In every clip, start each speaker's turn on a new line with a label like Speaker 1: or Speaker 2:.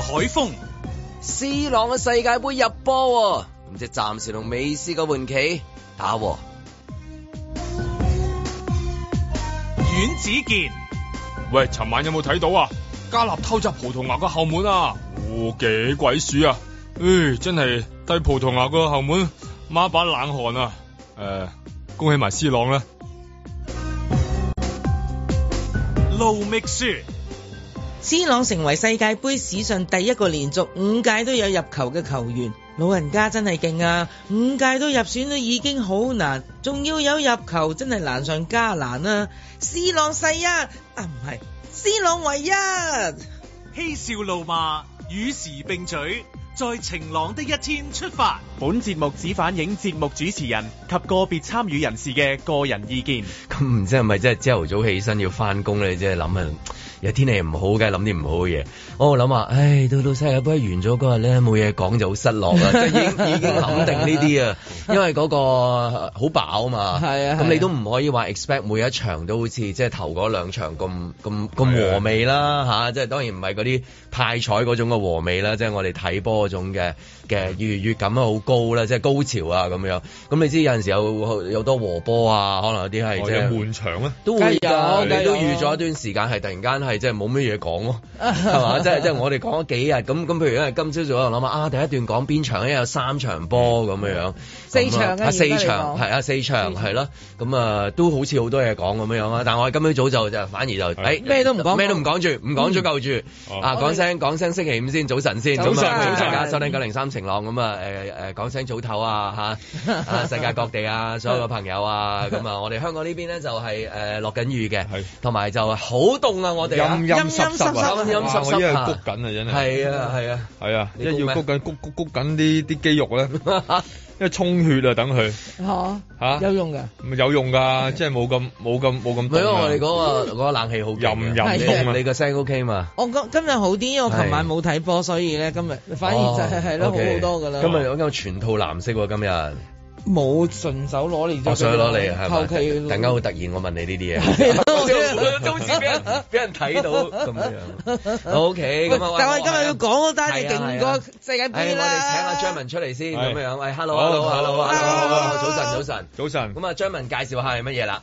Speaker 1: 海風。
Speaker 2: C 朗嘅世界盃入波喎，咁即係暫時同美斯嘅換棋打和。
Speaker 1: 阮子健，
Speaker 3: 喂，尋晚有冇睇到啊？加納偷襲葡萄牙個後門啊！哦，幾鬼鼠啊！唉，真係低葡萄牙個後門孖把冷汗啊！誒、呃，恭喜埋 C 朗啦！
Speaker 1: 盧覓雪，
Speaker 4: C 朗成為世界盃史上第一個連續五屆都有入球嘅球員，老人家真係勁啊！五屆都入選都已經好難，仲要有入球，真係難上加難啊！C 朗世一啊，唔係 C 朗唯一。
Speaker 1: 嬉笑怒罵，與時並舉。在晴朗的一天出發。
Speaker 5: 本節目只反映節目主持人及個別參與人士嘅個人意見。
Speaker 2: 咁唔知係咪真係朝頭早起身要翻工咧？即係諗啊，有天氣唔好嘅，諗啲唔好嘅嘢。我諗話，唉，到到世界盃完咗嗰日咧，冇嘢講就好失落啊 啦。即係已經已經諗定呢啲啊，因為嗰個好飽啊嘛。
Speaker 4: 係啊係啊
Speaker 2: 咁你都唔可以話 expect 每一場都好似即係頭嗰兩場咁咁咁
Speaker 4: 啊
Speaker 2: 和味啦吓，即係當然唔係嗰啲派彩嗰種嘅和味啦，即係我哋睇波嗰種嘅
Speaker 4: 嗯
Speaker 2: 嘅愉悅感啊好高啦，即係高潮啊咁樣。咁你知有陣時有有多和波啊，可能有啲
Speaker 6: 哦
Speaker 2: 係
Speaker 3: 我
Speaker 2: 即
Speaker 3: 有
Speaker 2: 係。
Speaker 3: 悶場啊！
Speaker 2: 都會㗎，
Speaker 4: 梗有
Speaker 2: 你都
Speaker 4: 梗有
Speaker 2: 預咗一段時間係突然間係即係冇乜嘢講咯， 係嘛？即係即係我哋講咗幾日咁咁，譬如因為今朝早又諗下啊，第一段講邊場咧有三場波咁樣樣，
Speaker 6: 四場啊
Speaker 2: 咁啊四
Speaker 6: 而家嚟
Speaker 2: 場
Speaker 6: 講
Speaker 2: 係啊四場係咯，咁啊都好似好多嘢講咁樣樣啊，但我哋今朝早就就反而就誒
Speaker 4: 咩都唔講
Speaker 2: 咩都唔講住，唔講咗夠住
Speaker 3: 哦
Speaker 2: 啊，講聲講聲星期五先，早晨先，
Speaker 4: 早晨
Speaker 2: 咁啊歡迎
Speaker 4: 早晨
Speaker 2: 大家收聽九零三晴朗咁啊誒誒講聲早唞啊嚇啊世界各地啊所有嘅朋友啊咁啊，我哋香港呢邊咧就係誒落緊雨嘅
Speaker 3: 係，
Speaker 2: 同埋就好凍啊！我哋啊
Speaker 3: 陰陰濕濕啊！
Speaker 2: 陰陰濕濕啊
Speaker 3: 哇我一係谷緊啊，真係
Speaker 2: 係啊係 啊，
Speaker 3: 係啊，
Speaker 2: 你
Speaker 3: 一
Speaker 2: 谷咩
Speaker 3: 要谷緊谷谷谷緊啲啲肌肉咧，因為充血啊，等佢
Speaker 4: 嚇
Speaker 3: 嚇
Speaker 4: 哦有用㗎。
Speaker 3: 咁有用㗎，即係冇咁冇咁冇咁
Speaker 2: 唔係因為我哋
Speaker 3: 凍啊！
Speaker 2: 嗰個嗰個冷氣好勁啊
Speaker 3: 淫淫
Speaker 4: 凍
Speaker 3: 啊
Speaker 2: 你個聲 OK 嘛？
Speaker 4: 我今今日好啲，因為我琴晚冇睇波，所以咧今日反而就係係咯
Speaker 2: 哦
Speaker 4: 好好
Speaker 2: OK
Speaker 4: 多㗎啦。
Speaker 2: 今日我今日全套藍色喎，今日
Speaker 4: 冇順手攞嚟咗，
Speaker 2: 我哦想攞你係
Speaker 4: 求
Speaker 2: 咪？
Speaker 4: 其
Speaker 2: 突然間好突然，我問你呢 啲嘢。
Speaker 4: 啊
Speaker 2: 都似俾人俾人睇到咁樣。O K，咁啊，
Speaker 4: 但係今日要講嗰單嘢
Speaker 2: 係啊
Speaker 4: 勁
Speaker 2: 係
Speaker 4: 過
Speaker 2: 啊
Speaker 4: 世界
Speaker 2: 誒，我哋
Speaker 4: 盃
Speaker 2: 請
Speaker 4: 啦。
Speaker 2: 阿張文出嚟先
Speaker 3: 係
Speaker 2: 咁樣。喂
Speaker 3: 好
Speaker 2: ，hello，hello，hello，hello，
Speaker 4: 好
Speaker 2: 早晨，早晨。
Speaker 3: 早晨，
Speaker 2: 咁啊，張文介紹下係乜嘢啦？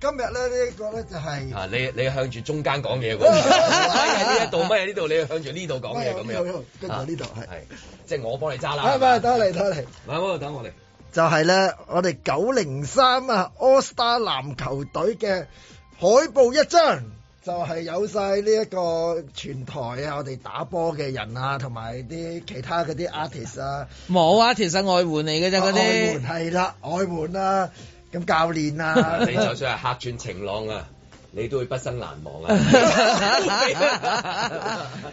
Speaker 7: 今日咧呢個咧就係
Speaker 2: 啊，你你向住中間講嘢喎，乜嘢哎呢一度，乜嘢呢度，你要向住呢度講嘢咁
Speaker 7: 哎有有
Speaker 2: 樣。啊
Speaker 7: 跟住呢度係，
Speaker 2: 係，即係我幫你揸啦。
Speaker 7: 係咪等我嚟等我嚟？
Speaker 2: 咪喺嗰度等我嚟。
Speaker 7: 就係咧，我哋九零三啊，All Star 籃球隊嘅海報一張，就係、有晒呢一個全台啊，我哋打波嘅人啊，同埋啲其他嗰啲 artist 啊，
Speaker 4: 冇啊，其實外援嚟嘅啫嗰
Speaker 7: 外援
Speaker 4: 啲。
Speaker 2: 啊
Speaker 7: 係啦，外援啊，咁教練啊，
Speaker 2: 你就算係客串晴朗啊，你都會畢生難忘啊！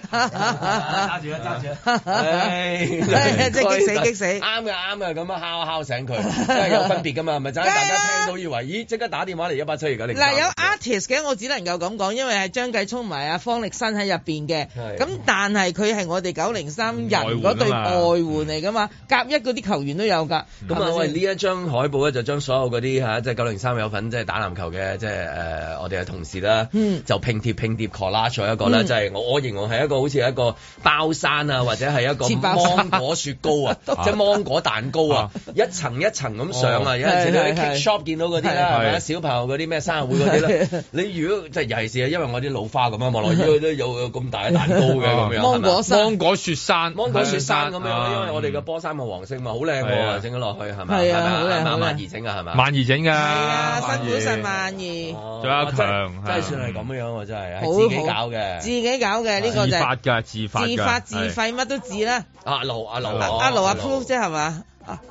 Speaker 4: 揸
Speaker 2: 住啊，揸住
Speaker 4: 啊 唉真係激死激死
Speaker 2: 啱嘅，啱嘅，咁啊敲一敲醒佢，真係有分別噶嘛，咪就係大家聽到以為，咦，即刻打電話嚟一八七二九零。
Speaker 4: 嗱有 artist 嘅，我只能夠咁講，因為係張繼聰同埋阿方力申喺入邊嘅。
Speaker 2: 係嗯
Speaker 4: 咁但係佢係我哋九零三人嗰
Speaker 3: 外
Speaker 4: 對
Speaker 3: 援啊嘛
Speaker 4: 外援嚟噶嘛，甲一嗰啲球員都有㗎。
Speaker 2: 咁
Speaker 4: 嗯係咪
Speaker 2: 啊，
Speaker 4: 先
Speaker 2: 喂！呢一張海報咧，就將所有嗰啲嚇，即係九零三有份即係打籃球嘅，即係誒、呃我哋嘅同事啦，
Speaker 4: 嗯
Speaker 2: 就拼貼拼貼 collage 咗一個啦，
Speaker 4: 嗯
Speaker 2: 就係我我形容係一個好似一個包山啊，或者係一個
Speaker 4: 切包山
Speaker 2: 芒果雪糕 啊，即係芒果蛋糕啊，一層一層咁上啊，
Speaker 3: 哦
Speaker 2: 有陣時你
Speaker 4: 係
Speaker 2: 喺
Speaker 4: 係
Speaker 2: cake
Speaker 4: 係
Speaker 2: shop 見到嗰啲啦，
Speaker 3: 係
Speaker 2: 係咪啊小朋友嗰啲咩生日會嗰啲啦
Speaker 4: 係，
Speaker 2: 你如果即係尤其是因為我啲老花咁啊，望落去都有有咁大嘅蛋糕嘅咁樣，
Speaker 4: 芒
Speaker 2: 係咪啊
Speaker 4: 果山
Speaker 3: 芒果雪山，
Speaker 2: 芒果雪山咁樣，
Speaker 6: 嗯
Speaker 3: 啊
Speaker 2: 因為我哋嘅波衫係黃色嘛，好靚
Speaker 3: 係啊
Speaker 2: 喎，整咗落去係咪？
Speaker 4: 係啊
Speaker 2: 係咪
Speaker 4: 好靚
Speaker 2: 啱啱
Speaker 4: 好靚
Speaker 2: 萬二整啊，係咪？
Speaker 3: 萬二整㗎，係
Speaker 4: 係啊，辛苦晒
Speaker 3: 萬
Speaker 4: 萬二，
Speaker 2: 哦
Speaker 3: 仲有一強
Speaker 2: 真真係
Speaker 3: 係
Speaker 2: 算係咁樣喎，真係係自
Speaker 4: 好
Speaker 2: 己
Speaker 4: 好
Speaker 2: 搞嘅。
Speaker 4: 自己搞嘅呢個
Speaker 3: 自
Speaker 4: 就
Speaker 3: 發
Speaker 4: 係
Speaker 3: 㗎，自發㗎，
Speaker 4: 自發自
Speaker 3: 係
Speaker 4: 費乜都自啦。
Speaker 2: 阿盧阿盧
Speaker 4: 阿
Speaker 2: 哦
Speaker 4: 阿盧 approve 啫係嘛？啊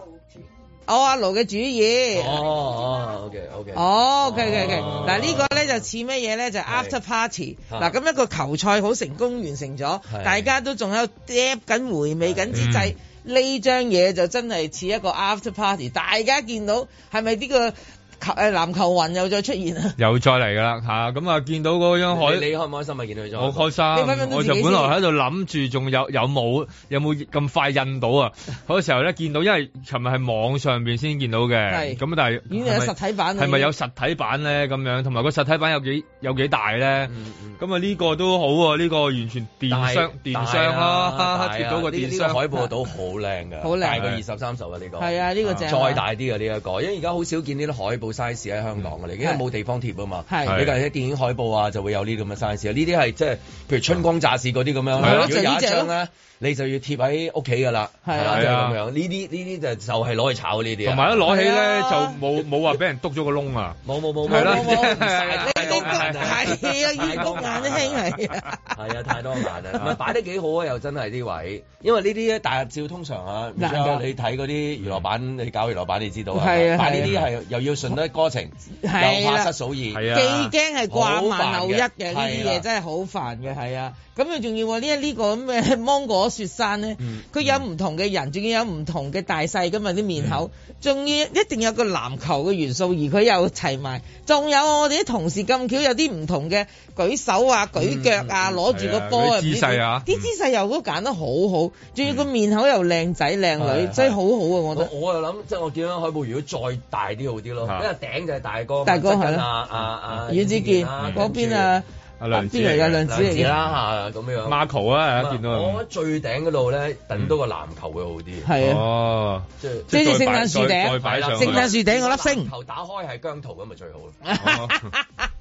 Speaker 4: 我阿盧嘅主意。
Speaker 2: 哦哦，OK OK。
Speaker 4: 哦，OK OK OK，
Speaker 2: 哦
Speaker 4: 嗱呢個咧就似咩嘢咧？就係
Speaker 2: 係
Speaker 4: after party，
Speaker 2: 嚇
Speaker 4: 嗱咁一個球賽好成功完成咗
Speaker 2: 係，
Speaker 4: 大家都仲喺度嗒緊回味緊之際，呢張嘢就真係似一個 after party，大家見到係咪呢個球誒籃球雲又再出現啊啦。
Speaker 6: 又再嚟噶啦吓，咁啊見到嗰張海
Speaker 2: 你你開唔開心啊？見到佢
Speaker 6: 好
Speaker 2: 咗，
Speaker 6: 開
Speaker 4: 你分分鐘
Speaker 6: 心，我
Speaker 4: 自己
Speaker 6: 就
Speaker 4: 先
Speaker 6: 本來喺度諗住，仲有有冇有冇咁快印到啊？嗰個時候咧見到，因為尋日係網上邊先見到嘅，
Speaker 4: 係
Speaker 6: 咁但係
Speaker 4: 已經有
Speaker 6: 係咪
Speaker 4: 實體版啦
Speaker 6: 係咪有實體版咧？咁樣同埋個實體版有幾有幾大咧？
Speaker 2: 嗯嗯
Speaker 6: 咁啊呢個都好喎，呢個完全電商
Speaker 2: 大啊
Speaker 6: 電商
Speaker 4: 啊
Speaker 6: 啦，
Speaker 2: 大啊
Speaker 6: 貼到個
Speaker 2: 呢
Speaker 6: 電
Speaker 2: 呢
Speaker 6: 商
Speaker 2: 海報島好靚㗎，
Speaker 4: 好靚
Speaker 2: 大過二十三十啊呢個。
Speaker 4: 係啊，呢個正啊
Speaker 2: 再大啲嘅呢一個，因為而家好少見呢啲海報 size 喺香港嘅，你因為冇地方貼啊嘛。
Speaker 4: 嗯係
Speaker 2: 你近啲電影海報啊，就會有呢啲咁嘅 size 啊。呢啲係即係譬如春光乍泄嗰啲咁
Speaker 6: 係
Speaker 2: 樣啦。
Speaker 6: 咯
Speaker 2: 如果有一
Speaker 4: 就呢隻
Speaker 2: 張
Speaker 4: 咯
Speaker 2: 咧，你就要貼喺屋企㗎啦。
Speaker 4: 係啊
Speaker 2: 啦
Speaker 6: 係
Speaker 2: 就係
Speaker 6: 啊
Speaker 2: 咁樣。呢啲呢啲就就係攞去炒呢啲啊。
Speaker 6: 同埋一攞起咧
Speaker 4: 係
Speaker 6: 就
Speaker 4: 啊
Speaker 6: 冇冇話俾人篤咗個窿啊！
Speaker 2: 冇冇冇
Speaker 6: 係啦
Speaker 2: 冇
Speaker 6: 即係
Speaker 2: 唔晒
Speaker 4: 你
Speaker 2: 太
Speaker 4: 你
Speaker 2: 多
Speaker 4: 都
Speaker 2: 眼啊
Speaker 4: 係啊，越谷眼都興係啊。
Speaker 2: 係啊，太多眼 啦，唔係擺得幾好啊，又真係呢位，因為呢啲咧大合照通常啊，
Speaker 4: 難㗎
Speaker 2: Michelle，你睇嗰啲娛樂版，你搞娛樂版你知道
Speaker 4: 係
Speaker 2: 咪
Speaker 4: 啊
Speaker 2: 擺呢
Speaker 4: 係
Speaker 2: 啲
Speaker 4: 啊
Speaker 2: 係又要順得歌情，又
Speaker 4: 係啦
Speaker 2: 怕失數二，
Speaker 6: 係啊
Speaker 4: 既驚係掛萬漏一嘅呢
Speaker 2: 好煩嘅
Speaker 4: 啲
Speaker 2: 係啦
Speaker 4: 嘢真係好煩嘅，係啊。咁佢仲要喎呢 呢個咁嘅芒果雪山咧，佢有唔同嘅人，仲要有唔同嘅大細噶嘛啲面口，仲要一定有個籃球嘅元素，而佢又齊埋。仲有我哋啲同事咁巧有啲唔同嘅舉手啊、舉腳啊、攞住個波
Speaker 6: 係啊嗰啲姿勢啊
Speaker 4: 唔知點
Speaker 6: 嗯
Speaker 4: 啲姿勢又都揀得好好，仲要個面口又靚仔靚女
Speaker 2: 係，
Speaker 4: 真係好好啊！我覺
Speaker 2: 我
Speaker 4: 得
Speaker 2: 我又諗，即係我見到海報，如果再大啲好啲咯，
Speaker 6: 啊
Speaker 2: 因為頂就係大哥，
Speaker 4: 大哥
Speaker 2: 側
Speaker 4: 係
Speaker 2: 緊
Speaker 4: 啦
Speaker 2: 啊啊啊
Speaker 4: 阮子健
Speaker 2: 啦
Speaker 4: 嗰邊啊，
Speaker 6: 阿梁子
Speaker 4: 邊嚟㗎
Speaker 2: 跟
Speaker 4: 梁
Speaker 2: 住
Speaker 4: 子哦
Speaker 2: 梁
Speaker 4: 嚟
Speaker 2: 子
Speaker 4: 嘅，
Speaker 2: 啊啦嚇咁樣。
Speaker 6: Marco 啊，見到
Speaker 2: 我覺
Speaker 6: 佢
Speaker 2: 得最頂嗰度咧，等到個籃球會好啲，
Speaker 4: 係啊。
Speaker 6: 哦，
Speaker 2: 即係。
Speaker 4: 即係
Speaker 6: 再
Speaker 4: 聖
Speaker 6: 擺
Speaker 4: 誕樹
Speaker 6: 再
Speaker 4: 頂
Speaker 6: 再擺上去
Speaker 4: 聖誕樹頂嗰粒星
Speaker 2: 頭打開係姜濤咁咪最好咯。
Speaker 6: 哦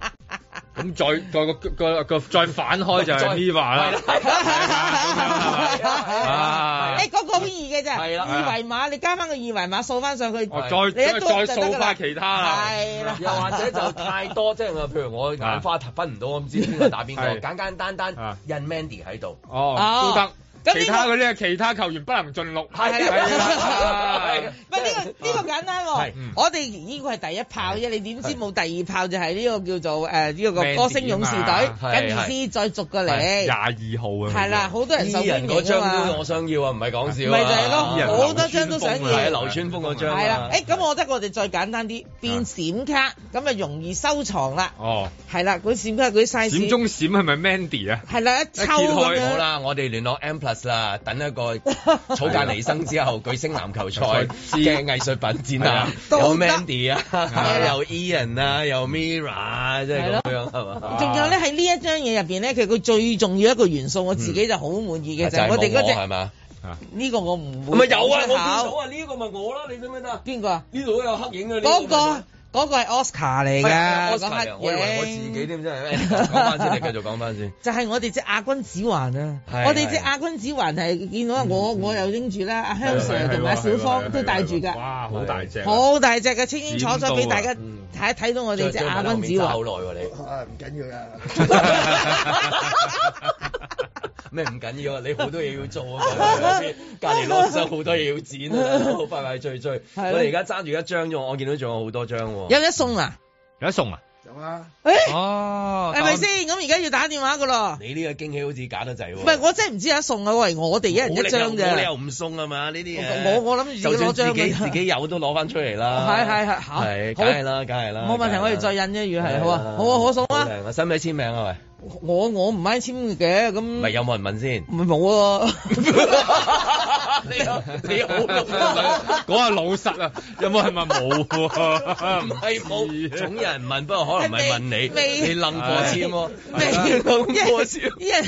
Speaker 6: 咁再再個個個再反開 就係 Miva 啦，啊
Speaker 4: 誒嗰個好易嘅啫，
Speaker 2: 係啦
Speaker 4: 二維碼你加翻個二維碼掃翻上去，
Speaker 6: 我
Speaker 2: 係
Speaker 4: 你一
Speaker 6: 哦再
Speaker 4: 篤
Speaker 6: 再
Speaker 4: 就得
Speaker 6: 掃
Speaker 4: 㗎啦
Speaker 6: 翻其他啦，
Speaker 4: 係啦，
Speaker 2: 又或者就太 多，即係譬如我眼花分唔到，我唔知邊個打邊個，
Speaker 6: 係
Speaker 2: 簡簡單單
Speaker 6: 啊
Speaker 2: 印 Mandy 喺度，
Speaker 6: 哦都
Speaker 4: 咁
Speaker 6: 得，
Speaker 4: 呢個
Speaker 6: 其他嗰啲係其他球員不能盡錄，
Speaker 2: 係啊
Speaker 6: 係啊
Speaker 2: 啦
Speaker 6: 啦
Speaker 4: 唔係呢個呢個簡單喎
Speaker 2: 係，
Speaker 6: 嗯
Speaker 4: 我哋呢個係第一炮啫，你點知冇第二炮就係呢個叫做誒呢個歌星勇士隊
Speaker 6: Mandy，
Speaker 2: 嘛
Speaker 4: 跟住
Speaker 2: 啊係
Speaker 4: 先再逐過
Speaker 6: 廿
Speaker 4: 嚟，
Speaker 6: 二號啊，
Speaker 4: 係啦，好多人受
Speaker 2: 伊
Speaker 4: 歡
Speaker 2: E 人嗰
Speaker 4: 迎啊
Speaker 2: 張都
Speaker 4: 嘛
Speaker 2: 我，想要啊，唔係講笑啊，
Speaker 4: 咪就係
Speaker 6: 伊人
Speaker 4: 咯，好多張都想
Speaker 6: 流川
Speaker 2: 係
Speaker 6: 楓
Speaker 4: 要
Speaker 6: 啊。
Speaker 2: 劉川峰嗰張啊，啊
Speaker 4: 係啦，誒咁我覺得我哋再簡單啲，變閃卡咁啊容易收藏啦，
Speaker 6: 哦，
Speaker 4: 係啦，嗰閃卡嗰啲 size
Speaker 6: 閃中閃係咪 Mandy 啊？
Speaker 4: 係啦，一抽咁
Speaker 6: 一揭
Speaker 2: 好
Speaker 4: 樣。
Speaker 2: 啦，我哋聯絡 M Plus 啦，等一個草芥離生之後，舉星籃球 賽嘅藝術品展啊，
Speaker 4: 都
Speaker 2: 有
Speaker 4: 得
Speaker 2: Mandy 啊，
Speaker 4: 係啦
Speaker 2: 有 Ian 啊，有 Mira 啊，即係咁樣係嘛？
Speaker 4: 仲有咧喺呢一張嘢入邊咧，佢個最重要一個元素，我自己就好滿意嘅就係我哋嗰
Speaker 2: 啊就係冇係
Speaker 4: 只
Speaker 2: 嘛？
Speaker 4: 呢個我唔
Speaker 2: 咪
Speaker 4: 會
Speaker 2: 有啊，我
Speaker 4: 講
Speaker 2: 見
Speaker 4: 出
Speaker 2: 到
Speaker 4: 口
Speaker 2: 啊，呢個咪我啦，你得唔得？呢
Speaker 4: 邊個啊？
Speaker 2: 度都有黑影啊，
Speaker 4: 嗰個嗰個係 Oscar 嚟
Speaker 2: 係啊
Speaker 4: 㗎，
Speaker 2: Oscar
Speaker 4: 嗰
Speaker 2: 啊我以為我自己
Speaker 4: 嘢
Speaker 2: 添，真係 講翻先，你繼續講翻先。
Speaker 4: 就係我哋只亞軍指環啊！
Speaker 2: 係嗯
Speaker 4: 我哋只亞軍指環係見到啊我我又拎住啦，
Speaker 2: 啊
Speaker 4: 阿香 Sir 啊同埋小芳都戴住㗎，
Speaker 6: 哇，好大隻，啊
Speaker 4: 好大隻嘅，清清楚楚俾大家
Speaker 2: 嗯
Speaker 4: 睇一睇到我哋只亞軍指
Speaker 2: 揸好
Speaker 4: 環。
Speaker 2: 耐喎你，
Speaker 7: 啊唔 緊要啦，
Speaker 2: 咩唔緊要啊？你好多嘢要做啊 嘛，係咪先隔離攞真好多嘢要剪啊，大佬快快追追。我
Speaker 4: 係咯
Speaker 2: 哋而家揸住一張啫，我見到仲有好多張喎。
Speaker 4: 有得送啊？
Speaker 6: 有得送啊？
Speaker 7: 有啊，
Speaker 4: 誒
Speaker 6: 哦，
Speaker 4: 係咪先？咁而家要打電話㗎咯？
Speaker 2: 你呢個驚喜好似假得滯喎。
Speaker 4: 唔係，我真係唔知有得送啊！喂，我哋一人一張
Speaker 2: 冇理由
Speaker 4: 啫。
Speaker 2: 唔送啊嘛？呢啲嘢
Speaker 4: 我我諗住自己
Speaker 2: 就
Speaker 4: 攞
Speaker 2: 算自
Speaker 4: 張
Speaker 2: 己
Speaker 4: 㗎
Speaker 2: 自己有都攞翻出嚟啦。
Speaker 4: 係係係嚇
Speaker 2: 係
Speaker 4: 好
Speaker 2: 梗係啦，梗係啦。
Speaker 4: 冇問
Speaker 2: 梗
Speaker 4: 題，
Speaker 2: 係啦
Speaker 4: 我哋再印啫。如果係好
Speaker 2: 係
Speaker 4: 啊，好啊，好送
Speaker 2: 好
Speaker 4: 啊！
Speaker 2: 靚啊！使唔使簽名啊？
Speaker 4: 我我唔買簽嘅，咁
Speaker 2: 喂，唔
Speaker 4: 咪
Speaker 2: 係有冇人問 先？
Speaker 4: 咪冇啊！
Speaker 2: 你好你好
Speaker 6: 講下老實啊，有冇係咪冇啊？
Speaker 2: 唔係冇，總有人問，不過可能唔係問你，
Speaker 4: 未
Speaker 2: 你楞過簽喎，
Speaker 4: 未
Speaker 2: 你楞過
Speaker 4: 因
Speaker 2: 簽。
Speaker 4: 因為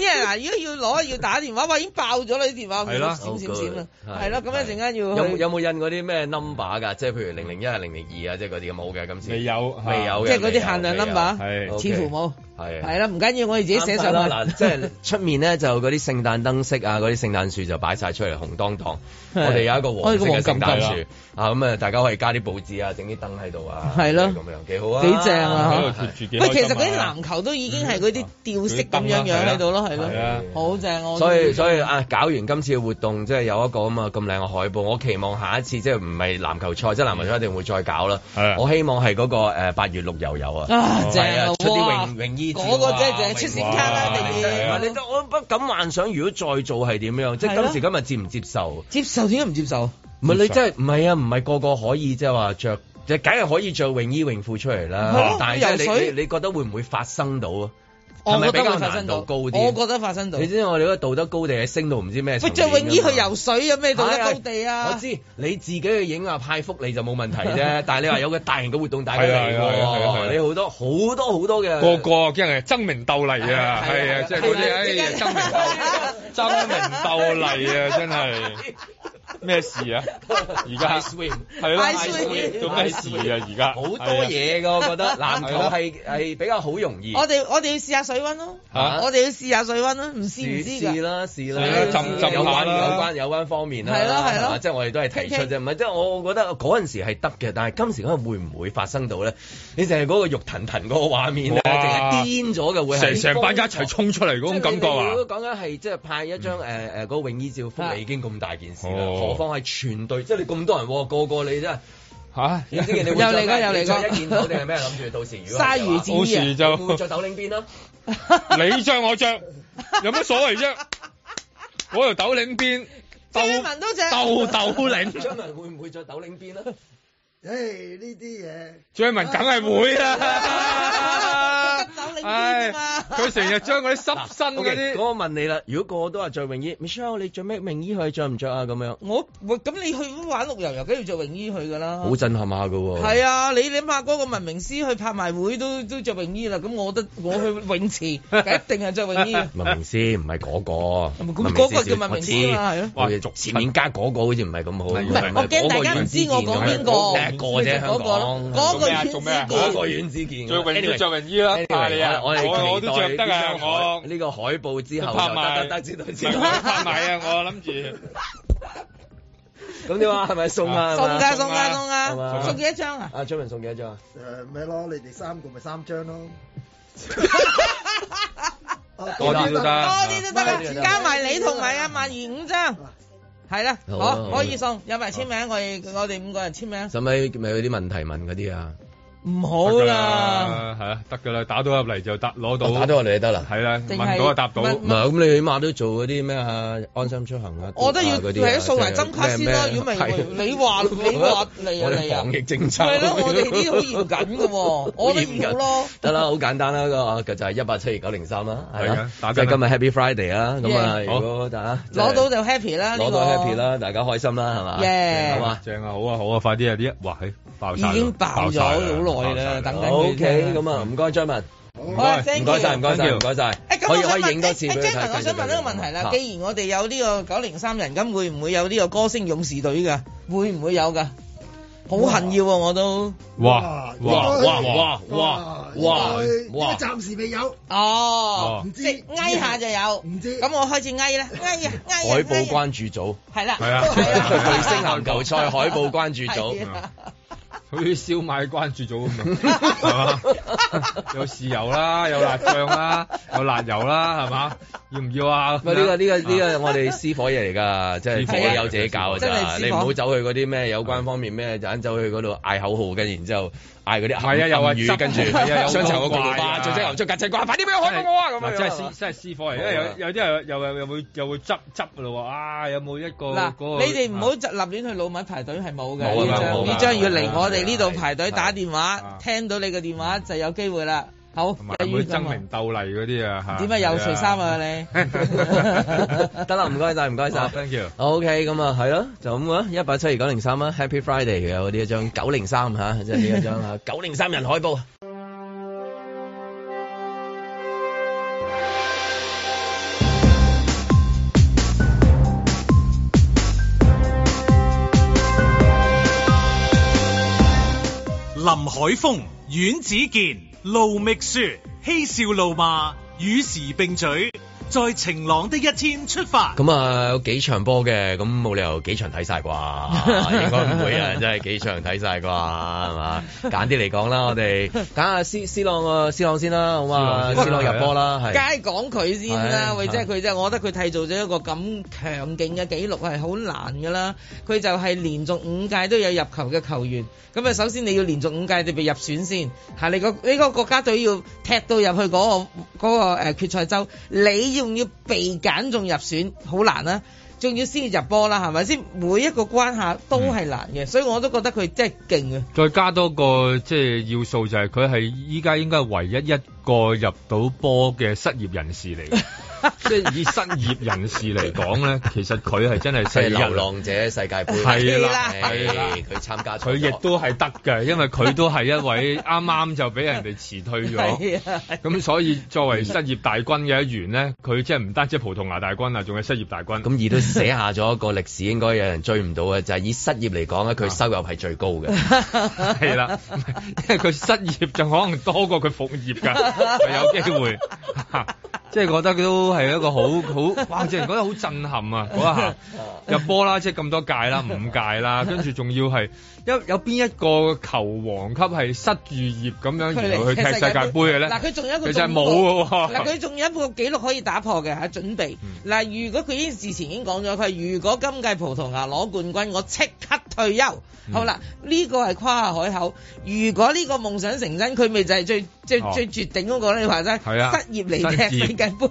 Speaker 4: 因為嗱，如果要攞要打電話，哇已經爆咗啦啲電話，
Speaker 6: 係啦
Speaker 4: 閃閃閃啦，係咯，咁一陣間要
Speaker 2: 有冇有
Speaker 4: 去，
Speaker 2: 冇印嗰啲咩 number 㗎？即係譬如零零一啊、零零二啊，即係嗰啲咁冇嘅今次。
Speaker 6: 未有
Speaker 2: 未有嘅，
Speaker 4: 啊即係嗰
Speaker 2: 未有
Speaker 4: 啲限量
Speaker 2: 未有
Speaker 4: number，
Speaker 6: 係
Speaker 2: OK
Speaker 4: 似乎冇，
Speaker 2: 係
Speaker 4: 係啦，唔緊要，我哋自己寫上
Speaker 2: 啱晒啦。
Speaker 4: 去
Speaker 2: 嗱，即係出面咧就嗰啲聖誕燈飾啊，嗰啲聖誕樹就擺晒出嚟紅當當。
Speaker 4: 係
Speaker 2: 我哋有一個黃色嘅聖誕
Speaker 4: 我哋個黃
Speaker 2: 樹啊，咁啊大家可以加啲佈置啊，整啲燈喺度啊，
Speaker 4: 係咯
Speaker 2: 咁樣幾好啊，
Speaker 4: 幾正啊
Speaker 6: 喺度貼住幾
Speaker 4: 喂，其
Speaker 6: 開
Speaker 4: 實
Speaker 6: 心
Speaker 4: 嗰啲
Speaker 6: 啊
Speaker 4: 籃球都已經係嗰啲吊飾咁樣樣喺度咯，係
Speaker 6: 係
Speaker 4: 咯
Speaker 6: 啊，
Speaker 4: 好正我。
Speaker 2: 所以所以啊，搞完今次嘅活動，即係有一個咁啊咁靚嘅海報，我期望下一次即係唔係籃球賽，即係籃球賽一定會再搞啦
Speaker 6: 係啊。
Speaker 2: 我希望係嗰個誒八月六又有啊，
Speaker 4: 啊，嗯正
Speaker 2: 係
Speaker 4: 啊
Speaker 2: 啊，出啲
Speaker 4: 哇
Speaker 2: 泳泳衣照啊
Speaker 4: 嗰個真係淨係出閃卡啦，
Speaker 6: 哇
Speaker 4: 定
Speaker 6: 係
Speaker 2: 唔
Speaker 6: 啊
Speaker 2: 係你都我不敢幻想，如果再做係點樣？即係
Speaker 4: 係
Speaker 2: 今
Speaker 4: 咯
Speaker 2: 時今日接唔接受？
Speaker 4: 接受點解唔接受？
Speaker 2: 唔係你真係唔係啊？唔係個個可以即係話着就梗係可以着泳衣泳褲出嚟
Speaker 4: 係
Speaker 2: 啦
Speaker 4: 咯，
Speaker 2: 但係即
Speaker 4: 游
Speaker 2: 係你
Speaker 4: 水
Speaker 2: 你你覺得會唔會發生到啊？係
Speaker 4: 哦我
Speaker 2: 咪
Speaker 4: 覺
Speaker 2: 比
Speaker 4: 得
Speaker 2: 較
Speaker 4: 會發生
Speaker 2: 難度
Speaker 4: 到，
Speaker 2: 高啲？啊
Speaker 4: 我覺得發生到。
Speaker 2: 你
Speaker 4: 喂，
Speaker 2: 知我哋嗰個道德高地係升到唔知咩層面㗎
Speaker 4: 着
Speaker 2: 啊嘛？
Speaker 4: 泳衣去游水有咩道德高地
Speaker 2: 我
Speaker 4: 啊？
Speaker 2: 知你自己去影下啊派福利就冇問題 啫，但係你話有個大型嘅活動大家
Speaker 6: 係啊
Speaker 2: 嚟
Speaker 6: 係啊係啊係啊
Speaker 2: 喎，你好多好多好多嘅
Speaker 6: 個個驚係爭名鬥麗啊，係啊，
Speaker 2: 係呃啊係啊
Speaker 6: 即係嗰啲
Speaker 4: 係啊
Speaker 6: 哎
Speaker 4: 即
Speaker 6: 呀
Speaker 4: 刻
Speaker 6: 爭名鬥爭名鬥麗啊，真係咩事啊？而家
Speaker 2: Ice swim
Speaker 6: 係咯
Speaker 4: Ice
Speaker 2: swim
Speaker 6: 做咩事啊？而家
Speaker 2: 好多嘢㗎，我覺得籃球係係比較好容易。
Speaker 4: 啊我哋我哋要試下水温咯，
Speaker 6: 嚇
Speaker 4: 我哋要試下水温咯，唔試唔知㗎
Speaker 2: 啊試。啦，試
Speaker 6: 係
Speaker 2: 啦，
Speaker 6: 啦浸浸
Speaker 2: 有
Speaker 6: 下
Speaker 2: 關
Speaker 6: 啦
Speaker 2: 有關有關方面啦，
Speaker 4: 係咯係咯
Speaker 2: 嘛即係我哋都係提出啫，唔係即係我我覺得嗰陣時係得嘅，但係今時今日會唔會發生到咧？你淨係嗰個肉騰騰嗰個畫面咧，
Speaker 6: 哇
Speaker 2: 淨係癲咗嘅會係
Speaker 6: 成成班一齊衝出嚟嗰種感覺
Speaker 2: 即係你
Speaker 6: 啊
Speaker 2: 你！如果講緊係即係派一張誒誒嗰個泳衣照福利已經咁大件事啦，
Speaker 6: 哦
Speaker 2: 何況係全隊，即係你咁多人喎，個個你真係，
Speaker 6: 嚇，
Speaker 2: 你知你會
Speaker 4: 又嚟過
Speaker 2: 過
Speaker 4: 又嚟過
Speaker 2: 過一件到定係咩諗住到時如果
Speaker 4: 鯊魚
Speaker 6: 好
Speaker 4: 戰
Speaker 6: 事
Speaker 4: 衣
Speaker 2: 就
Speaker 6: 就
Speaker 2: 會唔會着斗領邊啦？
Speaker 6: 你着我着，有乜所謂啫？我條斗領邊
Speaker 4: 啊，
Speaker 6: 鬥
Speaker 4: 張文都着。
Speaker 6: 鬥 斗領，
Speaker 2: 張文會唔會着斗領邊啦？
Speaker 7: 唉，呢啲嘢。
Speaker 6: 張文梗係會啦
Speaker 4: 佢得斗領。邊
Speaker 6: 唉
Speaker 4: 啫嘛
Speaker 6: 佢成日將嗰啲濕身嗰
Speaker 2: OK，
Speaker 6: 啲
Speaker 2: 咁。我問你啦，如果個個都話着泳衣，Michelle 你着咩泳衣去着唔着啊？咁樣
Speaker 4: 我喂咁你去玩陸遊遊，梗要着泳衣去㗎啦。
Speaker 2: 好震撼下㗎喎。
Speaker 4: 係啊，你諗下嗰個文明師去拍賣會都都着泳衣啦，咁我覺得我去 泳池一定係着泳衣嘅。
Speaker 2: 文明師唔係嗰個，
Speaker 4: 咁
Speaker 2: 文明
Speaker 4: 嗰個
Speaker 2: 師
Speaker 4: 叫文明師嘛係咯
Speaker 2: 我知前面加嗰個好似唔係咁好。
Speaker 6: 係
Speaker 4: 唔係，我驚大家唔知我講邊個。
Speaker 2: 一個啫，香港。
Speaker 4: 嗰個
Speaker 6: 啊
Speaker 4: 圈
Speaker 6: 做
Speaker 4: 子
Speaker 6: 咩啊
Speaker 2: 嗰
Speaker 4: 見
Speaker 2: 個阮之健。
Speaker 6: 着泳衣
Speaker 2: Anyway，
Speaker 6: 着泳衣啦，派你啊！
Speaker 2: 我哋期待
Speaker 6: 我我都着得啊！
Speaker 2: 呢張
Speaker 6: 我
Speaker 2: 海呢個海報之後
Speaker 6: 拍
Speaker 2: 就
Speaker 6: 賣
Speaker 2: 得得得，知道
Speaker 6: 唔
Speaker 2: 知
Speaker 6: 係我
Speaker 2: 道。
Speaker 6: 拍賣啊！我諗住
Speaker 2: 咁點啊？係咪送啊？
Speaker 4: 送
Speaker 6: 送
Speaker 4: 㗎送
Speaker 6: 啊
Speaker 4: 㗎送
Speaker 2: 係嘛
Speaker 4: 㗎，送幾多張啊？
Speaker 2: 阿張文送幾多張啊？
Speaker 7: 誒咪呃咯，你哋三個咪三張咯，哦
Speaker 6: 多啲都
Speaker 4: 啊多
Speaker 6: 得
Speaker 4: 啲
Speaker 2: 多
Speaker 4: 都得
Speaker 2: 啲
Speaker 4: 啦
Speaker 2: 都，得
Speaker 4: 加埋你同埋阿萬二五張。係啦，
Speaker 2: 好啊好
Speaker 4: 好
Speaker 2: 啊
Speaker 4: 可以送，有埋簽名，我哋我哋五個人簽名，
Speaker 2: 使咪咪有啲問題問嗰啲啊？
Speaker 4: 唔好啦，，
Speaker 6: 係啊，得㗎啦，打到入嚟就得攞哦到，
Speaker 2: 我打到我哋就得啦。
Speaker 6: 係啦，
Speaker 4: 淨係
Speaker 6: 問到就答到，
Speaker 4: 問
Speaker 2: 唔係咁，你起碼都做嗰啲咩啊？安心出行啊，
Speaker 4: 我都要
Speaker 2: 啊嗰啲啊
Speaker 4: 係掃埋針卡先咯，如果唔係啊你話你話嚟啊
Speaker 2: 我
Speaker 4: 嚟
Speaker 2: 哋
Speaker 4: 啊
Speaker 2: 防，疫政策，
Speaker 4: 係咯，我哋啲好嚴謹 嘅喎，我都要 咯。
Speaker 2: 得啦，好簡單啦，個就係一八七二九零三啦，係
Speaker 6: 係啊
Speaker 2: 啦，
Speaker 6: 打緊
Speaker 2: 即係今日 Happy Friday 啦，咁啊，
Speaker 4: Yeah
Speaker 2: 如果大家即係
Speaker 4: 攞到就 happy 啦，呢
Speaker 2: 攞
Speaker 4: 個
Speaker 2: 到 happy，啦，大家開心啦，係嘛？
Speaker 4: Yeah
Speaker 2: 好嘛？
Speaker 6: 正啊，好啊，好啊，快啲啊！啲一哇，嘿爆晒啦，
Speaker 4: 已經爆咗
Speaker 6: 晒
Speaker 4: 好耐啦等緊佢
Speaker 2: O K，咁啊，唔該張文，
Speaker 4: 好啊
Speaker 2: 唔
Speaker 4: ，thank
Speaker 2: 該晒，唔
Speaker 4: you。
Speaker 2: 該
Speaker 6: Thank
Speaker 2: 晒，
Speaker 6: you
Speaker 2: 唔該晒，
Speaker 4: 誒咁
Speaker 2: 可以可
Speaker 4: 我想
Speaker 2: 以影
Speaker 4: 問，
Speaker 2: 多次俾佢
Speaker 4: 誒張
Speaker 2: 睇。
Speaker 4: 文，我想問一個問題啦，既然我哋有呢個九零三人，咁會唔會有呢個歌星勇士隊㗎？會唔會有㗎？好恨要喎，我都
Speaker 6: 哇哇哇哇哇哇
Speaker 7: 哇！
Speaker 6: 哇！
Speaker 7: 暫時未有，
Speaker 4: 哦
Speaker 7: 唔，知
Speaker 4: 即係翳下就有，
Speaker 7: 唔知
Speaker 4: 咁我開始翳啦，翳啊，翳啊，
Speaker 2: 海報
Speaker 4: 翳啊，
Speaker 2: 關注組，
Speaker 4: 係啦，
Speaker 6: 係啊
Speaker 4: 係啦
Speaker 2: 巨星籃球賽海報關注組。
Speaker 4: 係啊
Speaker 6: 好似燒賣關注組 咁啊，係嘛？有豉油啦，有辣醬啦，有辣油啦，係嘛？要唔要啊？
Speaker 2: 喂，呢個呢個呢個，我哋私伙嘢嚟㗎， 即係
Speaker 6: 私
Speaker 2: 自
Speaker 6: 伙
Speaker 2: 己有自己教㗎
Speaker 4: 真係
Speaker 2: 咋，
Speaker 4: 私
Speaker 2: 你
Speaker 4: 伙
Speaker 2: 唔好走去嗰啲咩有關方面咩，就咁走去嗰度嗌口號，跟然之後嗌嗰啲
Speaker 6: 係啊有啊
Speaker 2: 暗語
Speaker 6: 執
Speaker 2: 跟住
Speaker 6: 係啊有
Speaker 2: 雙層個
Speaker 6: 光怪
Speaker 2: 掛，
Speaker 6: 啊
Speaker 2: 最憎牛最曱甴掛，快啲俾我開到我啊咁
Speaker 6: 嗱
Speaker 2: 樣。
Speaker 6: 真係私真係私貨嚟，因為
Speaker 4: 啊
Speaker 6: 有有啲人又又又會又會執執㗎咯喎，啊有冇一個
Speaker 4: 嗱，
Speaker 6: 嗰啊個
Speaker 4: 你哋唔好就立亂去老麥排隊係冇
Speaker 2: 冇
Speaker 4: 嘅
Speaker 2: 㗎
Speaker 4: 呢
Speaker 2: 冇㗎
Speaker 4: 張，呢張要嚟我哋呢度
Speaker 2: 係
Speaker 4: 排隊
Speaker 2: 係
Speaker 4: 打電
Speaker 6: 係
Speaker 4: 話，聽到你嘅電話就有機會啦。好，
Speaker 6: 同埋
Speaker 4: 繼
Speaker 6: 會
Speaker 4: 續
Speaker 6: 爭
Speaker 4: 咁啊
Speaker 6: 名鬥麗嗰啲啊嚇。
Speaker 4: 點解又除衫啊你？
Speaker 2: 啊 得啦，唔該晒，唔該晒。
Speaker 6: ？Thank you。
Speaker 2: OK，咁啊，係咯，就咁啊，一八七二九零三啦，Happy Friday 嘅有呢一張九零三嚇，即係呢一張嚇啊九零三人海報。
Speaker 1: 林海峰、阮子健、盧覓雪，嬉笑怒罵，與時並舉，在晴朗的一天出發。
Speaker 2: 咁啊，有幾場波嘅，咁冇理由幾場睇晒啩，應該唔會有人真係幾場睇晒啩，係嘛？揀啲嚟講啦，我哋揀下 C C 朗啊，C 朗先啦，好嘛
Speaker 6: 斯朗
Speaker 2: ？C 朗入波啦，
Speaker 4: 梗
Speaker 2: 係。
Speaker 4: 係講佢先啦，
Speaker 2: 係
Speaker 4: 喂！即係佢真係，我覺得佢締造咗一個咁強勁嘅紀錄係好難㗎啦。佢就係連續五屆都有入球嘅球員。咁啊，首先你要連續五屆你被入選先，係你個你個國家隊要踢到入去嗰、個嗰、個誒決賽周，你要唔要被揀中入選，好難啦、啊仲要先入波啦，係咪先？每一個關下都係
Speaker 2: 嗯
Speaker 4: 難嘅，所以我都覺得佢真係勁啊！
Speaker 6: 再加多個即係要素就係佢係依家應該係唯一一個入到波嘅失業人士嚟嘅，即係以失業人士嚟講咧，其實佢係真係
Speaker 2: 即係
Speaker 6: 世 一
Speaker 2: 流浪者世界盃
Speaker 6: 係
Speaker 4: 啦
Speaker 6: 係啦
Speaker 2: 唉佢參
Speaker 4: 啊
Speaker 2: 加
Speaker 6: 佢
Speaker 2: 咗
Speaker 6: 亦都係得嘅，因為佢都係一位啱啱就俾人哋辭退咗。
Speaker 4: 係啊，
Speaker 6: 咁所以作為失業大軍嘅一員咧，佢即係唔單止係葡萄牙大軍啊，仲係失業大軍。
Speaker 2: 咁而都寫下咗一個歷史，應該有人追唔到嘅，就係、以失業嚟講咧，佢收入係最高嘅。
Speaker 6: 係啦，因為佢失業就可能多過佢復業 㗎，係有機會。 即係覺得佢都係一個好好，哇！即係覺得好震撼啊！嗰一 下入波啦，即係咁多屆啦，五屆啦，跟住仲要係有有邊一個球王級係失住業咁樣
Speaker 4: 佢
Speaker 6: 然
Speaker 4: 嚟
Speaker 6: 後去踢世界盃嘅咧？
Speaker 4: 嗱，佢仲有一個
Speaker 6: 其實係
Speaker 4: 進
Speaker 6: 冇
Speaker 4: 步
Speaker 6: 嘅喎。
Speaker 4: 嗱，佢仲有一個紀錄可以打破嘅嚇，準備嗱、如果佢已經事前已經講咗，佢話如果今屆葡萄牙攞冠軍，我即刻退休。好啦，呢、個係誇下海口。如果呢個夢想成真，佢咪就係最最、
Speaker 6: 哦
Speaker 4: 最絕頂嗰個咧？你話齋
Speaker 6: 係啊
Speaker 4: 失業嚟踢
Speaker 6: 失業
Speaker 4: 世界盃，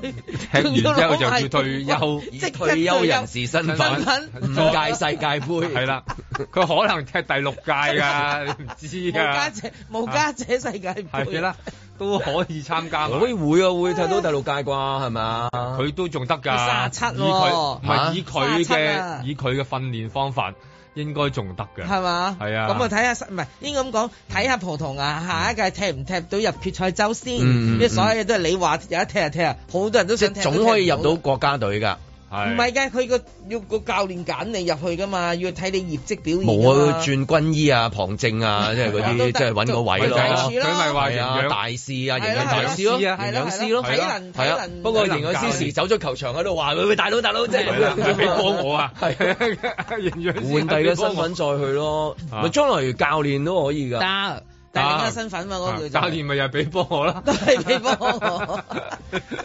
Speaker 6: 踢完之後就
Speaker 4: 仲
Speaker 6: 要
Speaker 4: 攞
Speaker 6: 退
Speaker 4: 埋
Speaker 6: 休，
Speaker 2: 以
Speaker 4: 即刻
Speaker 2: 退休人士身份，
Speaker 4: 身份
Speaker 2: 五屆世界盃
Speaker 6: 係啦，佢可能踢第六屆㗎，你唔知
Speaker 4: 無家
Speaker 6: 㗎。
Speaker 4: 者無家者世界盃
Speaker 6: 係啦，都可以參加埋。
Speaker 2: 會會啊會踢到第六屆啩係嘛？
Speaker 6: 佢都仲得㗎，
Speaker 4: 啊佢37
Speaker 6: 以佢
Speaker 4: 喎
Speaker 6: 唔係以佢
Speaker 4: 37啊
Speaker 6: 嘅以佢嘅訓練方法，應該仲得嘅。
Speaker 4: 係嘛？
Speaker 6: 係啊
Speaker 4: 咁啊睇下，唔係應該咁講，睇下葡萄牙下一屆踢唔踢到入決賽周先。
Speaker 2: 嗯嗯
Speaker 4: 因為所有嘢都係你話有得踢就踢啊，好多人都
Speaker 2: 即
Speaker 4: 想踢，
Speaker 2: 係總可以入到國家隊㗎。
Speaker 4: 唔
Speaker 6: 係
Speaker 4: 係㗎，佢個要個教練揀你入去㗎嘛，要睇你業績表現㗎
Speaker 2: 冇
Speaker 4: 嘛。
Speaker 2: 啊，轉軍醫啊、旁證啊，即係嗰
Speaker 4: 都得
Speaker 2: 啲，即係揾個位
Speaker 6: 咪就
Speaker 2: 咯。
Speaker 6: 係咯
Speaker 4: 位置啦
Speaker 6: 佢咪話
Speaker 2: 係
Speaker 6: 營
Speaker 2: 啊，
Speaker 6: 養
Speaker 2: 大師啊，
Speaker 4: 係
Speaker 2: 營
Speaker 4: 啦
Speaker 2: 養大師咯，
Speaker 6: 係啦
Speaker 2: 營養師咯，
Speaker 4: 係啦係啦
Speaker 2: 係
Speaker 4: 體
Speaker 2: 啊
Speaker 4: 能。
Speaker 2: 不過
Speaker 6: 體能
Speaker 2: 營養師
Speaker 6: 教練
Speaker 2: 時走咗球場喺度話：喂喂，大佬大佬，即係
Speaker 6: 係啦，
Speaker 2: 咁樣
Speaker 6: 你俾波我啊！
Speaker 2: 係
Speaker 6: 營養師
Speaker 2: 換第二個身份再去咯。
Speaker 6: 啊
Speaker 2: 咪將來教練都可以㗎。
Speaker 4: 得，但係另一個身份嘛，嗰個
Speaker 6: 啊
Speaker 4: 叫
Speaker 6: 教
Speaker 4: 做
Speaker 6: 練咪又係俾波我 啦
Speaker 4: 都。係俾波我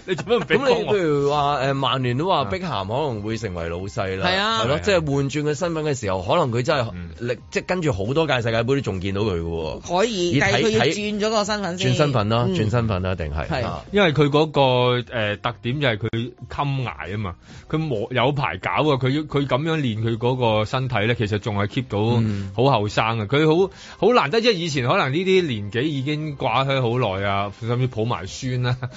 Speaker 6: 你做乜唔俾啊波
Speaker 2: 咁你譬
Speaker 6: 我？
Speaker 2: 如話誒，曼聯都話碧咸可能會成為老細啦，
Speaker 4: 係啊
Speaker 2: 係
Speaker 6: 係
Speaker 2: 咯，
Speaker 6: 啊
Speaker 2: 即係換轉佢身份嘅時候，可能佢真係
Speaker 6: 嗯
Speaker 2: 力，即係跟住好多屆世界盃都仲見到佢嘅喎，
Speaker 4: 可以，
Speaker 2: 以
Speaker 4: 但係佢
Speaker 2: 睇
Speaker 4: 要
Speaker 2: 睇
Speaker 4: 轉咗個身份先。
Speaker 2: 轉身份啦，
Speaker 4: 嗯
Speaker 2: 轉身份啦，一定係
Speaker 4: 係
Speaker 2: 啊
Speaker 6: 因為佢嗰、個、呃、特點就係佢襟挨啊嘛，佢冇有排搞啊！佢要佢咁樣練佢嗰個身體咧，其實仲係 keep
Speaker 2: 嗯
Speaker 6: 到好後生啊！佢好好難得，即係以前可能呢啲年紀已經掛靴好耐啊，甚至抱埋孫啦、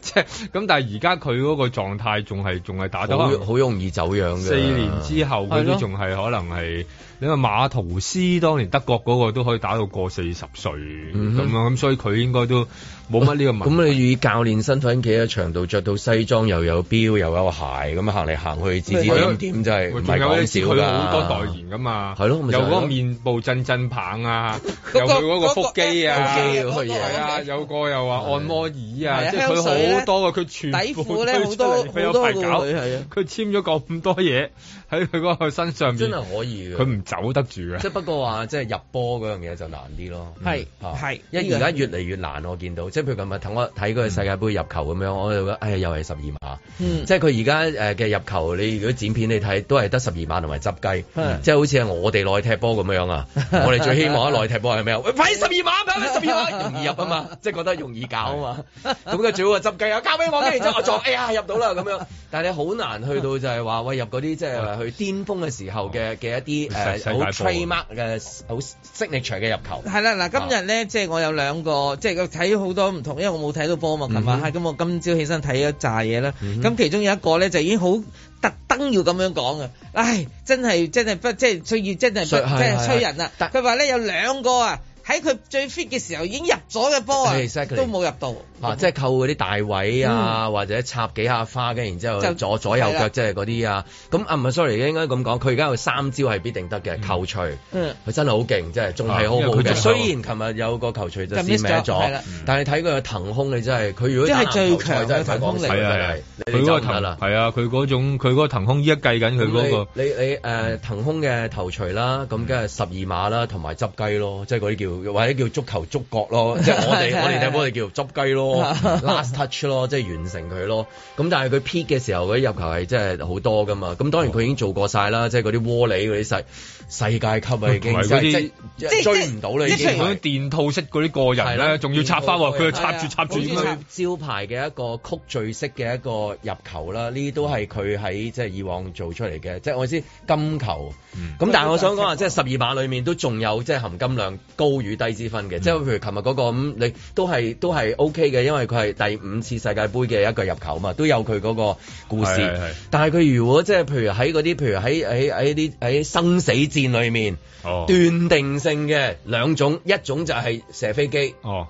Speaker 6: 即係咁。但係而家佢嗰個狀態仲係仲係打得可能
Speaker 2: 好好容易走樣嘅。
Speaker 6: 啊四年之後，佢
Speaker 2: 係
Speaker 6: 都
Speaker 2: 咯
Speaker 6: 仲係可能係你話馬圖斯當年德國嗰個都可以打到過四十歲
Speaker 2: 嗯
Speaker 6: 咁
Speaker 2: 哼
Speaker 6: 樣，咁所以佢應該都冇乜呢個問題。
Speaker 2: 咁你以教練身份企喺場度，着到西裝又有錶又有鞋，咁啊行嚟行去指指
Speaker 6: 係咯
Speaker 2: 點點，真係唔
Speaker 6: 仲
Speaker 2: 係
Speaker 6: 有
Speaker 2: 講
Speaker 6: 一
Speaker 2: 少
Speaker 6: 次
Speaker 2: 㗎。
Speaker 6: 佢好多代言噶嘛，
Speaker 2: 係咯咪就
Speaker 6: 有
Speaker 2: 係咯
Speaker 6: 嗰個面部震震棒 啊，
Speaker 4: 嗰
Speaker 6: 有
Speaker 4: 個
Speaker 6: 佢嗰個腹肌啊，
Speaker 2: 腹肌
Speaker 6: 係
Speaker 2: 嗰個嘢
Speaker 6: 啊，有個又話按摩椅啊
Speaker 4: 係啊，
Speaker 6: 即係佢
Speaker 4: 香水咧
Speaker 6: 好多嘅，佢全
Speaker 4: 底
Speaker 6: 部
Speaker 4: 褲咧
Speaker 6: 推
Speaker 4: 好
Speaker 6: 出
Speaker 4: 多
Speaker 6: 嚟佢
Speaker 4: 好
Speaker 6: 有
Speaker 4: 多
Speaker 6: 排
Speaker 4: 個
Speaker 6: 搞，
Speaker 4: 佢係啊。
Speaker 6: 佢簽咗咁多嘢喺佢嗰個身上
Speaker 2: 真
Speaker 6: 面
Speaker 2: 係，可以嘅。
Speaker 6: 佢唔走得住啊嘅
Speaker 2: 即。係不過話，即係入波嗰樣嘢就難啲咯。
Speaker 4: 係
Speaker 2: 啊
Speaker 4: 係
Speaker 2: 因為而家越嚟越難，我見到，即係譬如琴日睇我睇嗰個世界盃入球咁樣，我就覺得，哎呀，又係十二碼。
Speaker 4: 嗯
Speaker 2: 即係佢而家誒呃嘅入球，你如果剪片你睇，都係得十二碼同埋執雞，即係好似係我哋內踢波咁樣啊！我哋最希望喺內踢波係咩啊？喂，快十二碼，快十二碼，容易入啊嘛，即係覺得容易搞啊嘛。咁佢最好係執雞啊，交俾我，跟住之後我撞，哎呀入到啦咁樣。但係你好難去到就係話喂入嗰啲即係去巔峰嘅時候嘅嘅一啲
Speaker 6: 世世界
Speaker 2: 誒
Speaker 6: 波
Speaker 2: 好
Speaker 6: 啊
Speaker 2: trademark 嘅好 signature 嘅入球。
Speaker 4: 係啦，
Speaker 2: 啊
Speaker 4: 嗱，今日咧，即係我有兩個，即係睇好多唔同，因為我冇睇到波嘛，琴
Speaker 2: 嗯
Speaker 4: 晚
Speaker 2: 哼
Speaker 4: 咁我今朝起身睇咗扎嘢啦，
Speaker 2: 嗯
Speaker 4: 咁其中有一個咧就已經好特登要咁樣講嘅，唉，真係真係不即係歲月真係不
Speaker 2: 衰
Speaker 4: 真
Speaker 2: 係
Speaker 4: 係
Speaker 2: 係
Speaker 4: 催人啦！
Speaker 2: 但
Speaker 4: 佢話咧有兩個啊，喺佢最 fit 嘅時候已經入咗嘅波啊，
Speaker 2: Exactly
Speaker 4: 都冇入到，
Speaker 2: 啊！即係扣嗰啲大位啊，或者插幾下花，跟然之後
Speaker 4: 嗯就
Speaker 2: 左左右
Speaker 4: 係啦
Speaker 2: 腳，即係嗰啲啊。咁啊，唔係，sorry，應該咁講，佢而家有三招係必定得嘅，扣除。
Speaker 4: 嗯，
Speaker 2: 佢真係好勁，真係仲係好
Speaker 6: 啊因為
Speaker 2: 好
Speaker 6: 佢
Speaker 2: 嘅。
Speaker 6: 仲
Speaker 2: 雖然琴日有個球除就試
Speaker 4: 就
Speaker 2: 歪
Speaker 4: miss 咗係
Speaker 2: 咗
Speaker 4: 啦，
Speaker 2: 但係睇佢嘅騰空，你真係佢如果打籃球
Speaker 4: 即係
Speaker 2: 賽
Speaker 4: 最強
Speaker 2: 真係
Speaker 4: 嘅騰空嚟
Speaker 2: 真
Speaker 6: 係啊係啊
Speaker 2: 係，
Speaker 6: 佢
Speaker 2: 你
Speaker 6: 嗰
Speaker 2: 走
Speaker 6: 個
Speaker 2: 唔得
Speaker 6: 騰
Speaker 2: 啦。
Speaker 6: 係啊，佢嗰種佢嗰個騰空依家計緊佢嗰個
Speaker 2: 你你你誒騰空嘅頭槌啦，咁跟住十二 碼啦，同埋執雞咯，即係嗰啲叫或者叫足球觸角咯，即係我哋我哋踢波我哋叫執雞咯咯，last touch 咯，即係完成佢咯。咁但係佢 p 嘅時候嗰啲入球係真係好多噶嘛。咁當然佢已經做過晒啦，即係嗰啲窩里嗰啲世世界級啊，已
Speaker 6: 同
Speaker 2: 經
Speaker 6: 埋
Speaker 2: 即
Speaker 6: 嗰啲
Speaker 2: 係即係追唔到啦，已
Speaker 6: 即
Speaker 2: 經
Speaker 6: 係嗰
Speaker 2: 係
Speaker 6: 啲。電套式嗰啲個
Speaker 2: 係
Speaker 6: 人
Speaker 2: 啦
Speaker 6: 咧，仲要插花喎，佢又插住插住
Speaker 2: 啊好似
Speaker 6: 咁
Speaker 2: 插
Speaker 6: 樣。
Speaker 2: 招牌嘅一個曲聚式嘅一個入球啦，呢啲都係佢喺即係以往做出嚟嘅，即係我意思金球。
Speaker 6: 嗯
Speaker 2: 咁但係我想講話，即係十二碼裏面都仲有即係含金量高與低之
Speaker 6: 嗯
Speaker 2: 分嘅，即係譬如琴日嗰個咁，你都係都係 O K 嘅，因為佢係第五次世界盃嘅一個入球嘛，都有佢嗰個故
Speaker 6: 係係係
Speaker 2: 事。但係佢如果即係譬如喺嗰啲，譬如喺喺喺啲喺生死戰裏面
Speaker 6: 哦
Speaker 2: 斷定性嘅兩種，一種就係射 飛機。
Speaker 6: 哦，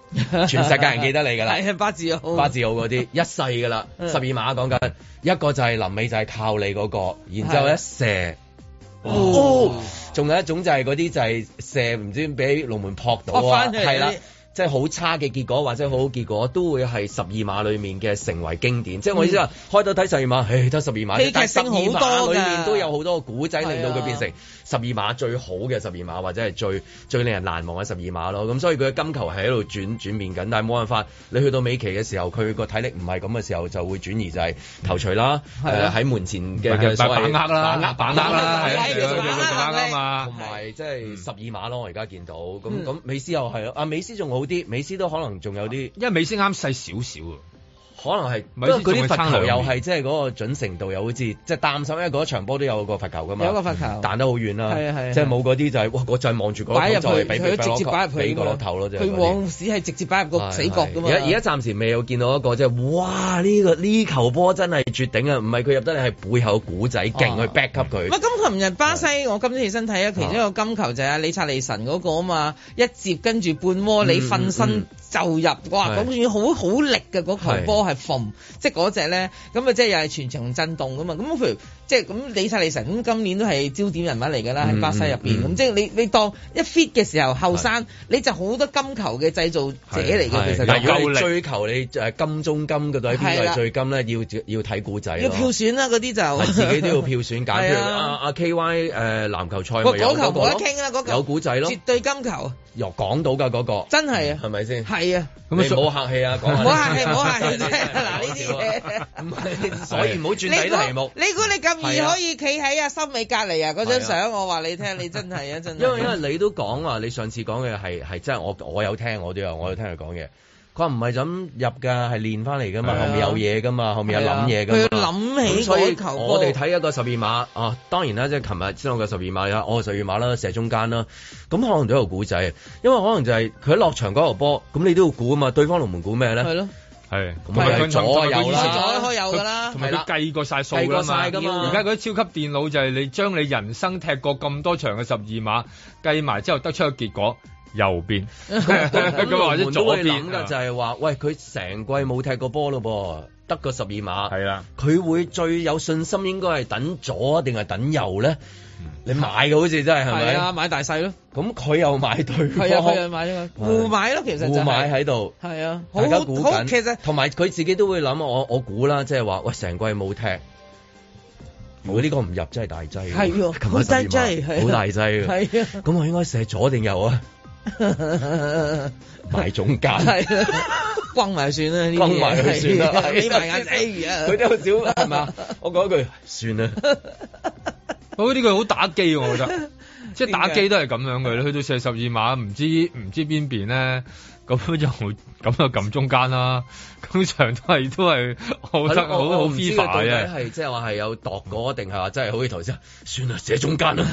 Speaker 2: 全世界人記得你㗎啦
Speaker 4: 係啊，八字好，
Speaker 2: 巴治奧嗰啲 一世㗎啦，
Speaker 6: 嗯
Speaker 2: 十二碼講緊一個就係臨尾就係靠你嗰、個，然之後一射。哦，仲有一種就係嗰啲就係射唔知俾龍門撲到
Speaker 4: 撲
Speaker 2: 啊，
Speaker 4: 返去
Speaker 2: 係啦
Speaker 4: 嗰啲，
Speaker 2: 即係好差嘅結果或者好好結果都會係十二碼裡面嘅成為經典。即係我意思話，開到睇十二碼，唉得十二碼
Speaker 4: 嗯戲，
Speaker 2: 但係
Speaker 4: 劇
Speaker 2: 十
Speaker 4: 性
Speaker 2: 二
Speaker 4: 好多㗎
Speaker 2: 碼裡面都有好多個古仔
Speaker 4: 係啊
Speaker 2: 令到佢變成十二碼最好嘅十二碼，或者係最最令人難忘嘅十二碼咯。咁所以佢嘅金球係喺度轉轉變緊，但係冇辦法，你去到尾期嘅時候，佢個體力唔係咁嘅時候，就會轉移就係頭槌啦，
Speaker 4: 係啊
Speaker 2: 誒喺門前嘅
Speaker 6: 嘅
Speaker 2: 嘅所
Speaker 6: 把
Speaker 2: 謂
Speaker 6: 握啦，把握啦，
Speaker 4: 把握
Speaker 6: 係啊嗯
Speaker 4: 把握
Speaker 6: 把握啊嘛。
Speaker 2: 同埋即係十二碼咯，我而家見到咁
Speaker 4: 嗯
Speaker 2: 咁，美斯又係咯，啊美斯仲好啲，美斯都可能仲有啲，
Speaker 6: 因為美斯啱細少少啊，
Speaker 2: 可能係，不
Speaker 6: 啊美斯
Speaker 2: 過嗰啲
Speaker 6: 仲係差
Speaker 2: 罰球
Speaker 6: 兩
Speaker 2: 又
Speaker 6: 年
Speaker 2: 係即係嗰個準程度又好似即係擔心，因為嗰場波都有個罰球噶嘛，
Speaker 4: 有個罰球
Speaker 2: 彈得好遠啦，
Speaker 4: 係啊係啊
Speaker 2: 即係冇嗰啲就係哇嗰陣望住嗰
Speaker 4: 擺
Speaker 2: 個
Speaker 4: 入去，
Speaker 2: 就係俾
Speaker 4: 佢
Speaker 2: 俾
Speaker 4: 直接擺入去㗎嘛，
Speaker 2: 俾個落頭咯，就係嗰
Speaker 4: 佢
Speaker 2: 啲
Speaker 4: 往時係直接擺入個死角噶嘛。
Speaker 2: 而家而家暫時未有見到一個即係，哇！呢、個呢球波真係絕頂啊！唔係佢入得嚟，係背後嘅古仔勁
Speaker 4: 啊
Speaker 2: 去 back up 佢
Speaker 4: 唔。係咁，琴日巴西我今朝起身睇啊，其中一個金球就係阿李察利神嗰個啊嘛，一接跟住半窩你
Speaker 2: 嗯
Speaker 4: 瞓
Speaker 2: 嗯
Speaker 4: 身就入，哇！
Speaker 2: 係
Speaker 4: 嗰段好好力嘅嗰球波係縫，即係嗰只咧，咁啊即係又係全場震動噶嘛。咁譬如即係咁李察利神咁今年都係焦點人物嚟㗎啦，
Speaker 2: 嗯
Speaker 4: 喺巴西入邊
Speaker 2: 嗯嗯
Speaker 4: 咁，即係你你當一 fit 嘅時候後生，你就好多金球嘅製造者
Speaker 2: 係
Speaker 4: 嚟嘅，其實
Speaker 2: 但係如
Speaker 4: 就
Speaker 2: 果
Speaker 6: 夠
Speaker 2: 你
Speaker 6: 力
Speaker 2: 追求你誒金鐘金嘅隊邊
Speaker 4: 係
Speaker 2: 個係
Speaker 4: 啦
Speaker 2: 最金咧，要要睇古仔咯
Speaker 4: 要票選啦嗰啲
Speaker 2: 係
Speaker 4: 就
Speaker 2: 自己都要票選揀，譬如
Speaker 4: 係啊
Speaker 2: 阿阿 K Y 誒籃球賽咪
Speaker 4: 哇
Speaker 2: 有
Speaker 4: 嗰球
Speaker 2: 嗰個
Speaker 4: 冇
Speaker 2: 咯
Speaker 4: 得傾啦，嗰球
Speaker 2: 有古仔咯
Speaker 4: 絕，對金球，
Speaker 2: 又講到㗎嗰個，
Speaker 4: 真係啊，
Speaker 2: 係咪先？
Speaker 4: 係啊。
Speaker 2: 你
Speaker 6: 咁啊所
Speaker 2: 唔好客氣啊，講下
Speaker 4: 唔好客氣，唔好客氣
Speaker 2: 真
Speaker 4: 啫。
Speaker 2: 係
Speaker 4: 嗱呢啲嘢，
Speaker 2: 唔係， 所以唔好轉底題 目。
Speaker 4: 你估你咁易
Speaker 2: 係啊
Speaker 4: 可以企喺阿森美隔離啊？嗰
Speaker 2: 係
Speaker 4: 張
Speaker 2: 啊
Speaker 4: 相我話你聽，你真係啊，真係。
Speaker 2: 因為因為你都講話，你上次講嘅係係真係我我有聽，我都有我有聽佢講嘢。佢話唔係就咁入㗎，係練翻嚟㗎嘛，
Speaker 4: 係啊
Speaker 2: 後面有嘢㗎嘛，後面有諗嘢㗎嘛。
Speaker 4: 佢諗
Speaker 2: 咁
Speaker 4: 起
Speaker 2: 所以
Speaker 4: 嗰球波
Speaker 2: 我哋睇一個十二碼啊，當然啦，即係琴日先有個十二碼啦，我十二碼啦，射中間啦，咁可能都有故仔，因為可能就係佢喺落場嗰球波，咁你都要估啊嘛，對方龍門估咩
Speaker 4: 係
Speaker 2: 咧？
Speaker 4: 咯，
Speaker 6: 係
Speaker 2: 咁咪
Speaker 6: 佢
Speaker 2: 左右啦
Speaker 6: 佢意
Speaker 4: 你
Speaker 6: 識
Speaker 4: 左
Speaker 6: 咗
Speaker 4: 開右㗎啦
Speaker 6: 同。埋
Speaker 2: 係啦
Speaker 6: 佢計過晒數啦嘛
Speaker 2: 計過晒，㗎嘛
Speaker 6: 而家嗰啲超級電腦就係你將你人生踢過咁多場嘅十二碼計埋之後得出嘅結果，右邊
Speaker 2: 咁
Speaker 4: 啊
Speaker 6: 咁或者
Speaker 2: 龍門都
Speaker 6: 左
Speaker 2: 會
Speaker 6: 邊
Speaker 2: 諗㗎，就係話，喂，佢成季冇踢過波咯噃，得個十二碼。
Speaker 6: 係啦，
Speaker 2: 佢會最有信心應該係等左定係等右咧？你買嘅好似真係係
Speaker 4: 嗯係
Speaker 2: 咪？
Speaker 4: 啊，買 大細咯，
Speaker 2: 咁佢又買對
Speaker 4: 係啊，
Speaker 2: 方
Speaker 4: 佢又買呢個互買咯，其實就
Speaker 2: 互
Speaker 4: 係
Speaker 2: 買喺度，
Speaker 4: 係啊，好
Speaker 2: 大家估
Speaker 4: 好
Speaker 2: 緊。
Speaker 4: 其實
Speaker 2: 同埋佢自己都會諗，我我估啦，即係話喂，成季冇踢。如果呢個唔入真係大劑，
Speaker 4: 係喎
Speaker 2: 琴日
Speaker 4: 好大
Speaker 2: 12
Speaker 4: 劑係啊
Speaker 2: 碼好大劑嘅。
Speaker 4: 係啊，
Speaker 2: 咁我應該射左定右 啊？埋中間，
Speaker 4: 啊係啦， 轟埋算啦，呢啲嘢
Speaker 2: 轟埋佢算啦
Speaker 4: 係啊眯埋眼死啊！
Speaker 2: 佢都有少係嘛？我講一句，算啦。
Speaker 6: 我覺得呢句好打機喎，我覺得，即係打
Speaker 4: 點解
Speaker 6: 機都係咁樣嘅，你去到四十二碼，唔知唔知邊邊咧，咁就咁就撳中間啦，通常都係都係，我覺得
Speaker 2: 係咯
Speaker 6: 好
Speaker 2: 我我
Speaker 6: 好啊
Speaker 2: 唔知佢到
Speaker 6: FIFA
Speaker 2: 底
Speaker 6: 嘅。
Speaker 2: 係即係話係有度過，啊定係話真係好似頭先，算啦，寫中 間啦，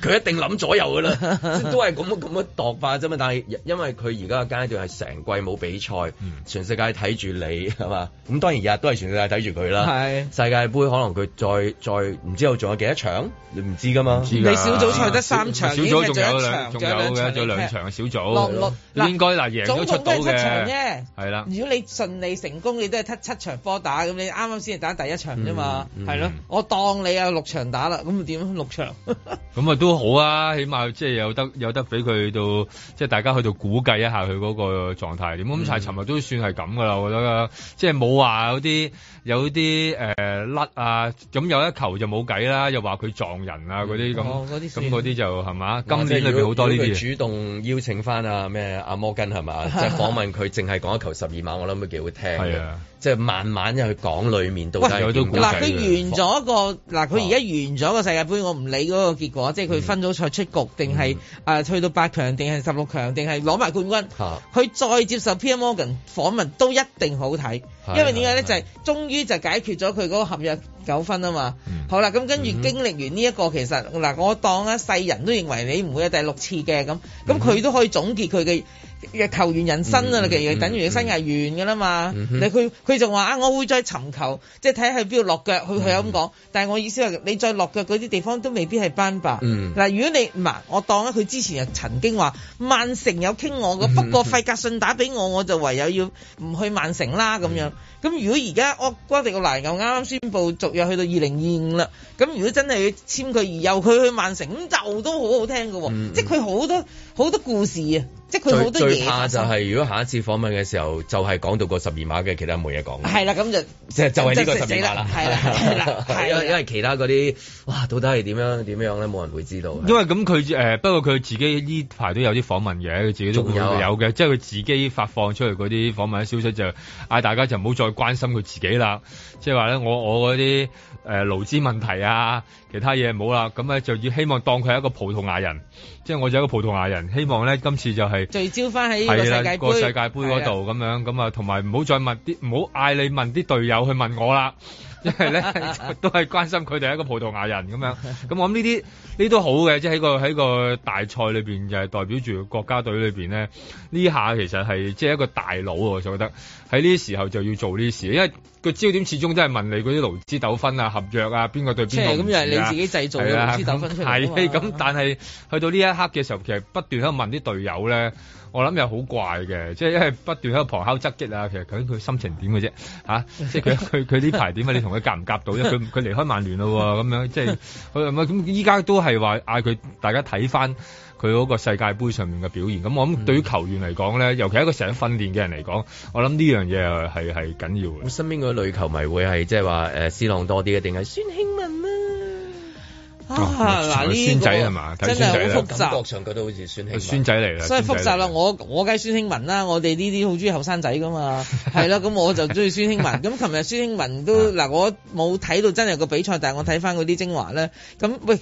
Speaker 2: 佢一定諗左右噶啦，即係都係咁樣咁樣度法啫嘛。但係因為佢而家嘅階段係成季冇比賽，
Speaker 6: 嗯
Speaker 2: 全世界睇住你係嘛，咁當然日日都係全世界睇住佢啦。
Speaker 4: 係
Speaker 2: 世界盃可能佢再再唔知道仲有幾多場，你唔知噶嘛。
Speaker 6: 知
Speaker 4: 你
Speaker 6: 㗎
Speaker 4: 小組賽得三場
Speaker 6: 小
Speaker 4: 已經
Speaker 6: 組
Speaker 4: 係
Speaker 6: 仲
Speaker 4: 最
Speaker 6: 有
Speaker 4: 一
Speaker 6: 兩，
Speaker 4: 場
Speaker 6: 仲
Speaker 4: 最
Speaker 6: 有
Speaker 4: 一兩
Speaker 6: 嘅，
Speaker 4: 場
Speaker 6: 仲有兩
Speaker 4: 你
Speaker 6: 場小
Speaker 4: 落落
Speaker 6: 組，
Speaker 4: 嗱
Speaker 6: 應該嗱贏
Speaker 4: 總
Speaker 6: 都出
Speaker 4: 共都
Speaker 6: 到
Speaker 4: 係七場
Speaker 6: 嘅，啊
Speaker 4: 啫。
Speaker 6: 係啦。
Speaker 4: 如果你順利成功，你都係七七場波打咁，你啱啱先係打第一場啫嘛，
Speaker 2: 嗯嗯
Speaker 4: 係咯、我當你有六場打啦，咁點啊？六場
Speaker 6: 咁啊都好啊，起碼即係有得有得俾佢到，即係大家去到估計一下佢嗰個狀態係點。咁
Speaker 4: 嗯
Speaker 6: 但係尋日都算係咁噶啦，我覺得，即係冇話有啲有啲誒甩啊，咁有一球就冇計啦，又話佢撞人啊嗰啲
Speaker 4: 哦嗰
Speaker 6: 咁，
Speaker 4: 啲
Speaker 6: 咁
Speaker 4: 算
Speaker 6: 嗰啲就係嘛，今年裏邊好多呢
Speaker 2: 如
Speaker 6: 啲
Speaker 2: 果佢
Speaker 6: 嘢。
Speaker 2: 主動邀請翻啊咩阿摩根係嘛？即係訪問佢，淨係講一球十二碼，我諗都幾好聽
Speaker 6: 係
Speaker 2: 嘅
Speaker 6: 啊。
Speaker 2: 即係慢慢去講裏面到
Speaker 4: 喂
Speaker 2: 底係
Speaker 6: 有啲
Speaker 2: 點
Speaker 6: 古
Speaker 2: 解
Speaker 4: 嗱，
Speaker 6: 仔
Speaker 4: 佢
Speaker 2: 嘅
Speaker 4: 完咗個嗱，
Speaker 6: 哦
Speaker 4: 佢而家完咗個世界盃，我唔理嗰個結果，
Speaker 6: 嗯
Speaker 4: 即係佢分組賽出局，定係誒去到八強，定係十六強，定係攞埋冠軍。
Speaker 2: 嚇
Speaker 4: 佢再接受 P.M. Morgan 訪問都一定好睇，
Speaker 2: 係
Speaker 4: 因為點解咧？
Speaker 2: 係
Speaker 4: 就係終於就解決咗佢嗰個合約糾紛啊嘛。
Speaker 2: 嗯
Speaker 4: 好啦，咁跟住經歷完呢一個，其實嗱，我當啊世人都認為你唔會有第六次嘅咁，咁佢都可以總結佢嘅嘅球員人生啊，
Speaker 2: 嗯
Speaker 4: 其實
Speaker 2: 嗯
Speaker 4: 等於生涯完㗎啦嘛。
Speaker 2: 嗯
Speaker 4: 你
Speaker 2: 哼
Speaker 4: 佢佢就話啊，我會再尋求，即係睇下去邊度落腳，佢佢有咁
Speaker 2: 嗯
Speaker 4: 講。但係我意思係你再落腳嗰啲地方都未必係班霸。
Speaker 2: 嗯
Speaker 4: 嗱，如果你嗱，我當咧佢之前就曾經話曼城有傾我嘅，不
Speaker 6: 嗯
Speaker 4: 過費格遜打俾我，我就唯有要唔去曼城啦咁樣。
Speaker 6: 嗯
Speaker 4: 咁如果而家我瓜迪奧拿又啱啱宣布續約去到二零二五啦，咁如果真係要簽佢而由佢去曼城，咁就都好好聽嘅喎，
Speaker 2: 嗯嗯
Speaker 4: 即係佢好多好多故事啊，即係佢
Speaker 2: 最
Speaker 4: 好多嘢
Speaker 2: 最怕就係如果下一次訪問嘅時候，就係講到個十二碼嘅，其他冇嘢講。
Speaker 4: 係啦，咁就
Speaker 2: 即係就係呢個十二
Speaker 4: 就死
Speaker 2: 碼啦，
Speaker 4: 係啦，係 啦，係
Speaker 2: 因
Speaker 4: 啦
Speaker 2: 為因為其他嗰啲哇，到底係點樣點樣咧，冇人會知道。啊
Speaker 6: 因為咁佢誒，不過佢自己呢排都有啲訪問嘅，佢自己都
Speaker 2: 仲
Speaker 6: 會
Speaker 2: 有啊
Speaker 6: 有嘅，即係佢自己發放出嚟嗰啲訪問消息就嗌大家就唔好再關心佢自己啦，即係話咧我我嗰啲呃誒勞資問題啊，其他嘢冇啦，咁咧就要希望當佢係一個葡萄牙人，即係我就係一個葡萄牙人，希望咧今次就係、
Speaker 4: 聚焦翻喺呢個
Speaker 6: 係
Speaker 4: 世界
Speaker 6: 啦，
Speaker 4: 盃
Speaker 6: 個世界盃嗰度咁樣咁啊，同埋唔好再問啲，唔好嗌你問啲隊友去問我啦， 因為咧都係關心佢哋係一個葡萄牙人咁 樣。咁我諗呢啲呢都好嘅，即係喺個喺個大賽裏邊就係代表住國家隊裏邊咧，呢下其實係即係一個大佬喎，我就覺得喺呢啲時候就要做呢啲事，因為個焦點始終都係問你嗰啲勞資糾紛啊、合約啊，邊個對
Speaker 4: 即
Speaker 6: 邊個
Speaker 4: 係
Speaker 6: 唔
Speaker 4: 咁又係
Speaker 6: 住啊
Speaker 4: 你自己製造嘅
Speaker 6: 係
Speaker 4: 勞
Speaker 6: 啊
Speaker 4: 資糾紛出嚟㗎嘛
Speaker 6: 係咁，但係去到呢一刻嘅時候，其實不斷喺度問啲隊友咧，我諗又好怪嘅，即係因為不斷喺度旁敲側擊啊。其實究竟佢心情點嘅啫 嚇？即係佢佢佢呢排點啊？你同佢夾唔夾到？因為佢佢離開曼聯咯喎，咁樣即 係佢咪咁依家都係話嗌佢大家睇翻。佢嗰個世界盃上面嘅表現，咁我
Speaker 4: 嗯
Speaker 6: 諗對於球員嚟講咧，尤其係一個成日訓練嘅人嚟講，我諗呢樣嘢係係緊要
Speaker 2: 咁
Speaker 6: 嘅。
Speaker 2: 身邊嗰啲女球迷會係即係話誒斯朗多啲嘅，啊定係孫興文啦？
Speaker 4: 啊嗱呢
Speaker 6: 孫
Speaker 4: 個
Speaker 6: 仔哦係嘛睇
Speaker 4: 真
Speaker 6: 孫仔
Speaker 4: 係
Speaker 6: 啦
Speaker 4: 好複
Speaker 2: 感
Speaker 4: 雜
Speaker 2: 覺。上覺得好似孫興文。
Speaker 6: 孫仔嚟啦，
Speaker 4: 所以複雜啦，
Speaker 6: 孫仔嚟
Speaker 4: 我我梗係孫興文啦，我哋呢啲好中意後生仔 噶嘛，係啦，咁我就中意孫興文。咁琴日孫興文都
Speaker 6: 啊
Speaker 4: 嗱，我冇睇到真係個比賽，但係我睇翻嗰啲精華咧，咁喂。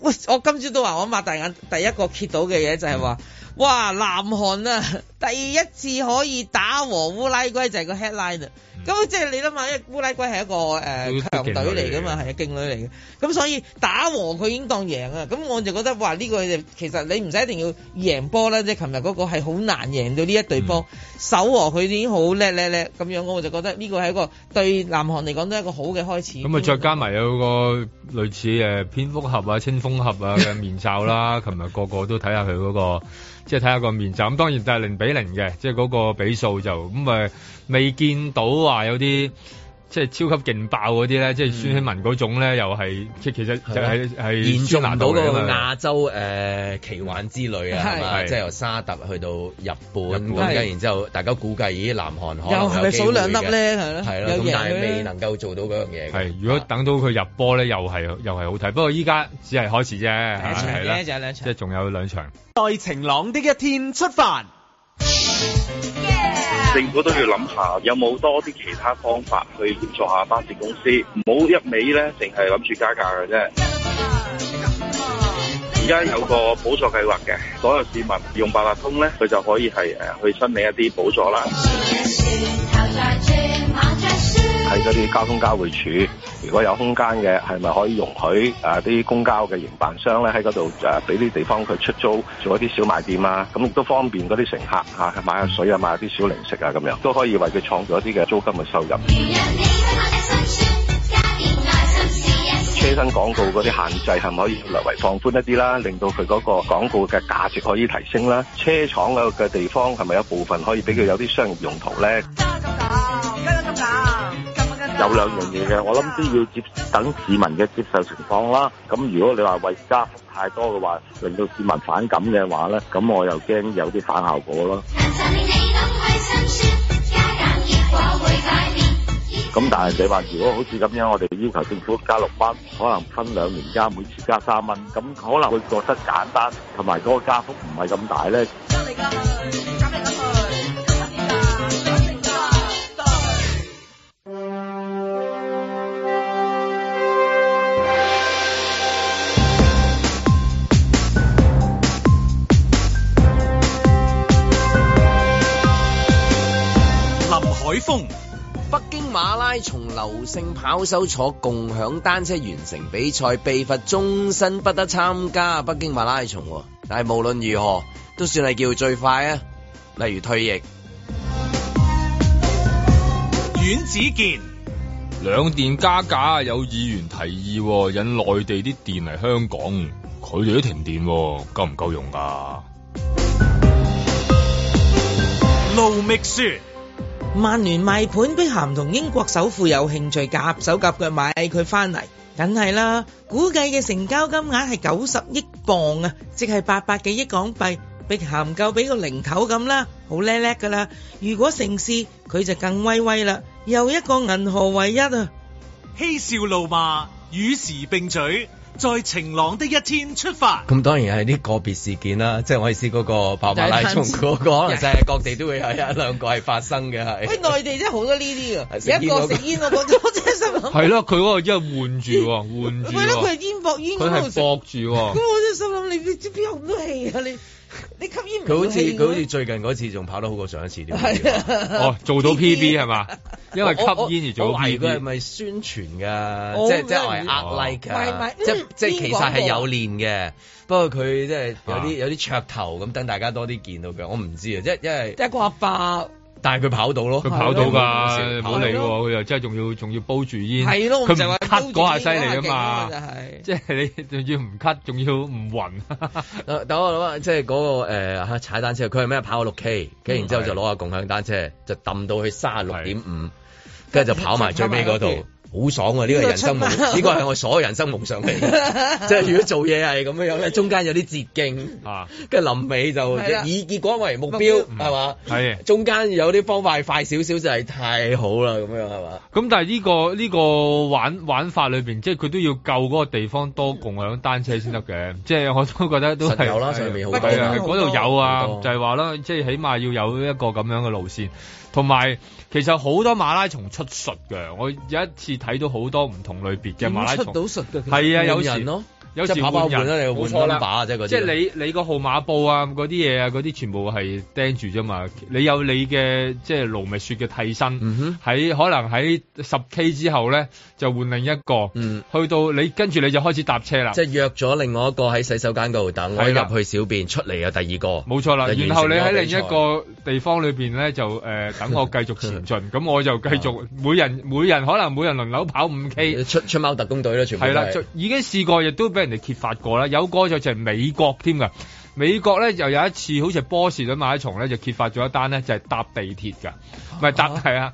Speaker 4: 喂，我今朝都話我擘大眼，第一個揭到嘅嘢就係話，
Speaker 6: 嗯
Speaker 4: 哇，南韓啊，第一次可以打和烏拉圭就係個 headline 啊！咁即係你諗下，因為烏拉圭係一個誒、呃
Speaker 6: 嗯都
Speaker 4: 強隊
Speaker 6: 勁旅
Speaker 4: 嚟
Speaker 6: 嚟
Speaker 4: 噶
Speaker 6: 嘅
Speaker 4: 嘛，係啊勁旅嚟嘅，咁所以打和佢已經當贏啊！咁我就覺得哇，呢、個就其實你唔使一定要贏波啦，即係琴日嗰個係好難贏到呢一隊波，
Speaker 2: 嗯
Speaker 4: 守和佢已經好叻叻叻咁樣，我就覺得呢個係一個對南韓嚟講都係一個好嘅開始。
Speaker 6: 咁啊，再加埋有個類似誒蝙蝠俠啊、清風俠啊嘅面罩啦， 琴日個個都睇下佢嗰個，即係睇下個面罩。咁當然就係零比零嘅，即係嗰個比數就咁誒，未見到話有啲。即係超級勁爆嗰啲咧，
Speaker 4: 嗯
Speaker 6: 即係孫興文嗰種咧，又係即係其
Speaker 4: 啊
Speaker 6: 實就係係
Speaker 2: 延續唔到
Speaker 6: 孫拿度
Speaker 2: 個
Speaker 6: 嚟㗎嘛
Speaker 2: 亞洲誒、呃奇幻之旅啊，係嘛
Speaker 6: 係
Speaker 2: 即係由沙特去到日本
Speaker 6: 日
Speaker 2: 咁，
Speaker 6: 本
Speaker 2: 跟
Speaker 4: 係
Speaker 2: 然之後大家估計咦南韓可能
Speaker 4: 又係咪
Speaker 2: 有機會
Speaker 4: 數兩粒
Speaker 2: 嘅
Speaker 4: 咧係咯
Speaker 2: 係
Speaker 4: 有
Speaker 2: 咯，咁
Speaker 4: 贏
Speaker 2: 但係
Speaker 4: 佢
Speaker 2: 未
Speaker 4: 咧
Speaker 2: 能夠做到嗰樣嘢嘅。
Speaker 6: 係，如果
Speaker 2: 啊
Speaker 6: 等到佢入波咧，又係又係好睇。不過依家只係開始啫，
Speaker 4: 第一場
Speaker 6: 係啦
Speaker 4: 啊啫，，就有兩
Speaker 6: 即係
Speaker 4: 場。
Speaker 6: 仲有兩場。
Speaker 5: 在晴朗的一天出發。
Speaker 8: 政府都要諗下有冇多啲其他方法去協助下巴士公司，唔好一味咧淨係諗住加價嘅啫。而家有個補助計劃嘅，所有市民用八達通咧，佢就可以係誒去申領一啲補助啦。
Speaker 9: 睇咗啲交通交匯處，如果有空間嘅，係咪可以容許誒啲、公交嘅營辦商咧喺嗰度誒俾啲地方佢出租做一啲小賣店啊？咁亦都方便嗰啲乘客嚇、啊、買下水啊，買下啲小零食啊咁樣，都可以為佢創造一啲嘅租金嘅收入。車身廣告嗰啲限制係咪可以略為放寬一啲啦，令到佢嗰個廣告嘅價值可以提升啦？車廠嘅嘅地方係咪有部分可以俾佢有啲商業用途咧？
Speaker 8: 有兩樣嘢嘅，我諗都要接等市民嘅接受情況啦。咁如果你話為加幅太多嘅話，令到市民反感嘅話咧，咁我又驚有啲反效果咯。咁但係你話如果好似咁樣，我哋要求政府加六蚊，可能分兩年加，每次加三蚊，咁可能會覺得簡單，同埋嗰個加幅唔係咁大咧。
Speaker 10: 嚟㗎，搞嚟㗎。
Speaker 1: 峰。
Speaker 10: 北京馬拉松劉姓跑手坐共享單車完成比賽，被罰終身不得參加北京馬拉松喎。但係無論如何，都算係叫最快啊。例如退役，
Speaker 1: 阮子健、
Speaker 3: 兩電加價，有議員提議喎引內地啲電嚟香港，佢哋都停電喎，夠唔夠用啊㗎？
Speaker 1: 盧覓雪、
Speaker 4: 曼聯賣盤碧咸同英國首富有興趣，夾手夾腳買佢翻嚟，梗係啦。估計嘅成交金額係九十億鎊啊，即係八百幾億港幣。碧咸夠俾個零頭咁啦，好叻叻噶啦。如果成事，佢就更威威啦，又一個銀河唯一啊！
Speaker 1: 嬉笑怒罵，與時並舉，在晴朗的一天出發。
Speaker 2: 咁當然係啲個別事件啦，即係我意思嗰個跑馬拉松嗰個，可能世界各地都會有一兩個係發生嘅
Speaker 4: 喂，
Speaker 2: 係。
Speaker 4: 內地真係好多呢啲啊，
Speaker 2: 食煙
Speaker 4: 有一個
Speaker 2: 嗰個
Speaker 4: 食煙嗰個，我真係 心諗，
Speaker 6: 係咯，佢嗰個一換住喎，換住
Speaker 4: 咪咯，佢
Speaker 6: 喎，
Speaker 4: 係煙博煙
Speaker 6: 佢
Speaker 4: 嗰度
Speaker 6: 係
Speaker 4: 食。
Speaker 6: 搏住
Speaker 4: 咁
Speaker 6: 喎。
Speaker 4: 我真係心諗，你你知邊有咁多氣啊？你你吸煙唔
Speaker 2: 佢好
Speaker 4: 到
Speaker 2: 似
Speaker 4: 氣嘅
Speaker 2: 佢
Speaker 4: 咩
Speaker 2: 好似最近嗰次仲跑得好過上一次添。
Speaker 4: 係啊
Speaker 6: 哦，做到 PB 係嘛？因為吸
Speaker 2: 我我
Speaker 6: 煙而做
Speaker 2: 我
Speaker 6: 到
Speaker 2: 懷疑佢係
Speaker 6: PB。
Speaker 2: 咪宣傳㗎？
Speaker 4: 哦我
Speaker 2: 即係即係
Speaker 4: 唔
Speaker 2: 我係呃
Speaker 6: 知
Speaker 2: like
Speaker 4: 唔係唔係
Speaker 2: 㗎，即係
Speaker 4: 嗯
Speaker 2: 即係
Speaker 4: 邊
Speaker 2: 其
Speaker 4: 廣告啊
Speaker 2: 實係有練嘅，不過佢即係有
Speaker 6: 啊
Speaker 2: 啲有啲噱頭咁，等大家多啲見到佢。我唔知啊，即係因為
Speaker 4: 即係一個阿伯，
Speaker 2: 但係佢跑到咯，
Speaker 6: 佢跑到
Speaker 2: 係
Speaker 6: 㗎，
Speaker 2: 咯
Speaker 6: 唔好理
Speaker 4: 係
Speaker 6: 喎，
Speaker 4: 咯
Speaker 6: 佢又真係仲要仲要煲住煙，
Speaker 4: 係咯，
Speaker 6: 佢
Speaker 4: 我就
Speaker 6: 唔
Speaker 4: 話
Speaker 6: cut 嗰下犀利啊嘛
Speaker 4: 就，係
Speaker 6: 即係你仲要唔 cut，仲要唔暈。
Speaker 2: 呃等等我諗下，即係嗰個誒嚇踩單車，佢係咩跑個六 K，跟住然之後
Speaker 4: 嗯
Speaker 2: 就攞下共享單車，就揼到去三十六點五，跟住就跑埋最尾嗰度。好爽啊！呢個人生
Speaker 4: 呢個出 馬
Speaker 2: 夢，呢個係我所有人生夢想嚟 嘅。即係如果做嘢係咁樣樣咧，中間有啲捷徑，
Speaker 6: 啊，
Speaker 2: 跟住臨尾就
Speaker 4: 係啦
Speaker 2: 以結果為目
Speaker 4: 目標嗯
Speaker 2: 標，係嘛？
Speaker 6: 係。
Speaker 2: 中間有啲方法快少少就係太好啦，咁樣係嘛？
Speaker 6: 咁但係呢、個呢、個玩玩法裏邊，即係佢都要夠嗰個地方多共享單車先得 嘅，即係我都覺得都係
Speaker 2: 實有啦上面好
Speaker 4: 多
Speaker 6: 係啊
Speaker 4: 好多
Speaker 6: 嗰度有啊
Speaker 2: 好，多
Speaker 6: 就係話啦，即係起碼要有一個咁樣嘅路線，同埋其實好多馬拉松出術嘅，我有一次睇到好多唔同類別嘅馬拉
Speaker 4: 點
Speaker 6: 松
Speaker 4: 出到，術嘅？
Speaker 6: 係啊，有
Speaker 2: 換人
Speaker 6: 時
Speaker 2: 咯，
Speaker 6: 有
Speaker 2: 即
Speaker 6: 時
Speaker 2: 係跑跑
Speaker 6: 換
Speaker 2: 換啦，你
Speaker 6: 人，
Speaker 2: 換
Speaker 6: 冇錯啦
Speaker 2: number 啊，即係嗰啲。
Speaker 6: 即係你你個號碼布啊，嗰啲嘢啊，嗰啲全部係釘住啫嘛。你有你嘅即係盧覓雪嘅替身，喺、
Speaker 2: 嗯哼
Speaker 6: 可能喺十 K 之後咧，就換另一個。
Speaker 2: 嗯
Speaker 6: 去到你跟住你就開始搭車啦。
Speaker 2: 即係約咗另外一個喺洗手間嗰度等，我
Speaker 6: 啊係啦
Speaker 2: 入去小便，出嚟有第二個，
Speaker 6: 冇錯啦，
Speaker 2: 就完成
Speaker 6: 然後你喺
Speaker 2: 咗個
Speaker 6: 另
Speaker 2: 比
Speaker 6: 一
Speaker 2: 賽
Speaker 6: 個地方裏邊咧，就誒、呃等我繼續前 進，咁我就繼
Speaker 2: 啊
Speaker 6: 續每人每人可能每人輪流跑五 K，
Speaker 2: 出出貓特工隊啦，全部
Speaker 6: 係
Speaker 2: 都
Speaker 6: 啦，就
Speaker 2: 係
Speaker 6: 已經試過，亦都俾人哋揭發過啦。有個就就係美國添㗎，美國咧就有一次好似係波士頓馬拉松咧就揭發咗一單咧，就係、搭地鐵㗎，唔係搭係啊，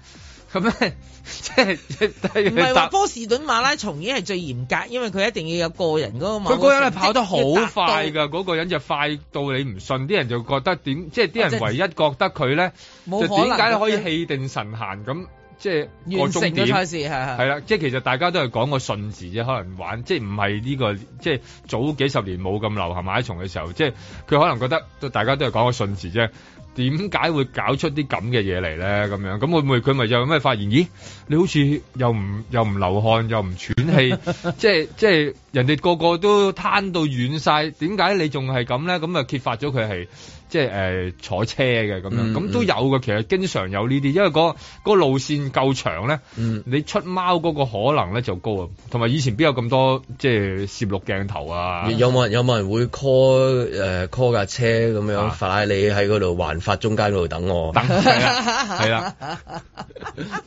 Speaker 6: 咁咧 即係即
Speaker 4: 唔係
Speaker 6: 係
Speaker 4: 話
Speaker 6: 搭。
Speaker 4: 波士頓馬拉松已經係最嚴格，因為佢一定要有個人嗰個馬。
Speaker 6: 佢嗰人係跑得好快㗎，嗰個人就快到你唔信，啲人就覺得點，即係啲
Speaker 4: 哦即
Speaker 6: 人
Speaker 4: 係
Speaker 6: 唯一覺得佢咧，
Speaker 4: 冇
Speaker 6: 就
Speaker 4: 可
Speaker 6: 點
Speaker 4: 能啊
Speaker 6: 解可以氣定神閒咁，即係個
Speaker 4: 完成
Speaker 6: 終
Speaker 4: 咗賽
Speaker 6: 點？
Speaker 4: 事 係係
Speaker 6: 係啦，即係其實大家都係講個順字啫，可能玩即係唔係呢個，即係早幾十年冇咁流行馬拉松嘅時候，即係佢可能覺得大家都係講個順字啫。點解會搞出啲咁嘅嘢嚟咧？咁樣咁會唔會佢咪有咩發現？咦，你好似又唔又唔流汗又唔喘氣，即係即係人哋個個都攤到軟晒，點解你仲係咁咧？咁啊揭發咗佢係即係誒、呃坐車嘅咁樣，
Speaker 2: 嗯
Speaker 6: 咁都
Speaker 2: 嗯
Speaker 6: 有嘅。其實經常有呢啲，因為嗰、嗰個路線夠長咧。
Speaker 2: 嗯
Speaker 6: 你出貓嗰個可能咧就高啊，同埋以前邊有咁多即係攝錄鏡頭啊？
Speaker 2: 有冇人有冇人會 call 誒、call 架車咁樣
Speaker 6: 啊
Speaker 2: 法拉利喺嗰度環法中間嗰度等我？
Speaker 6: 等係 啦，啊係 啦。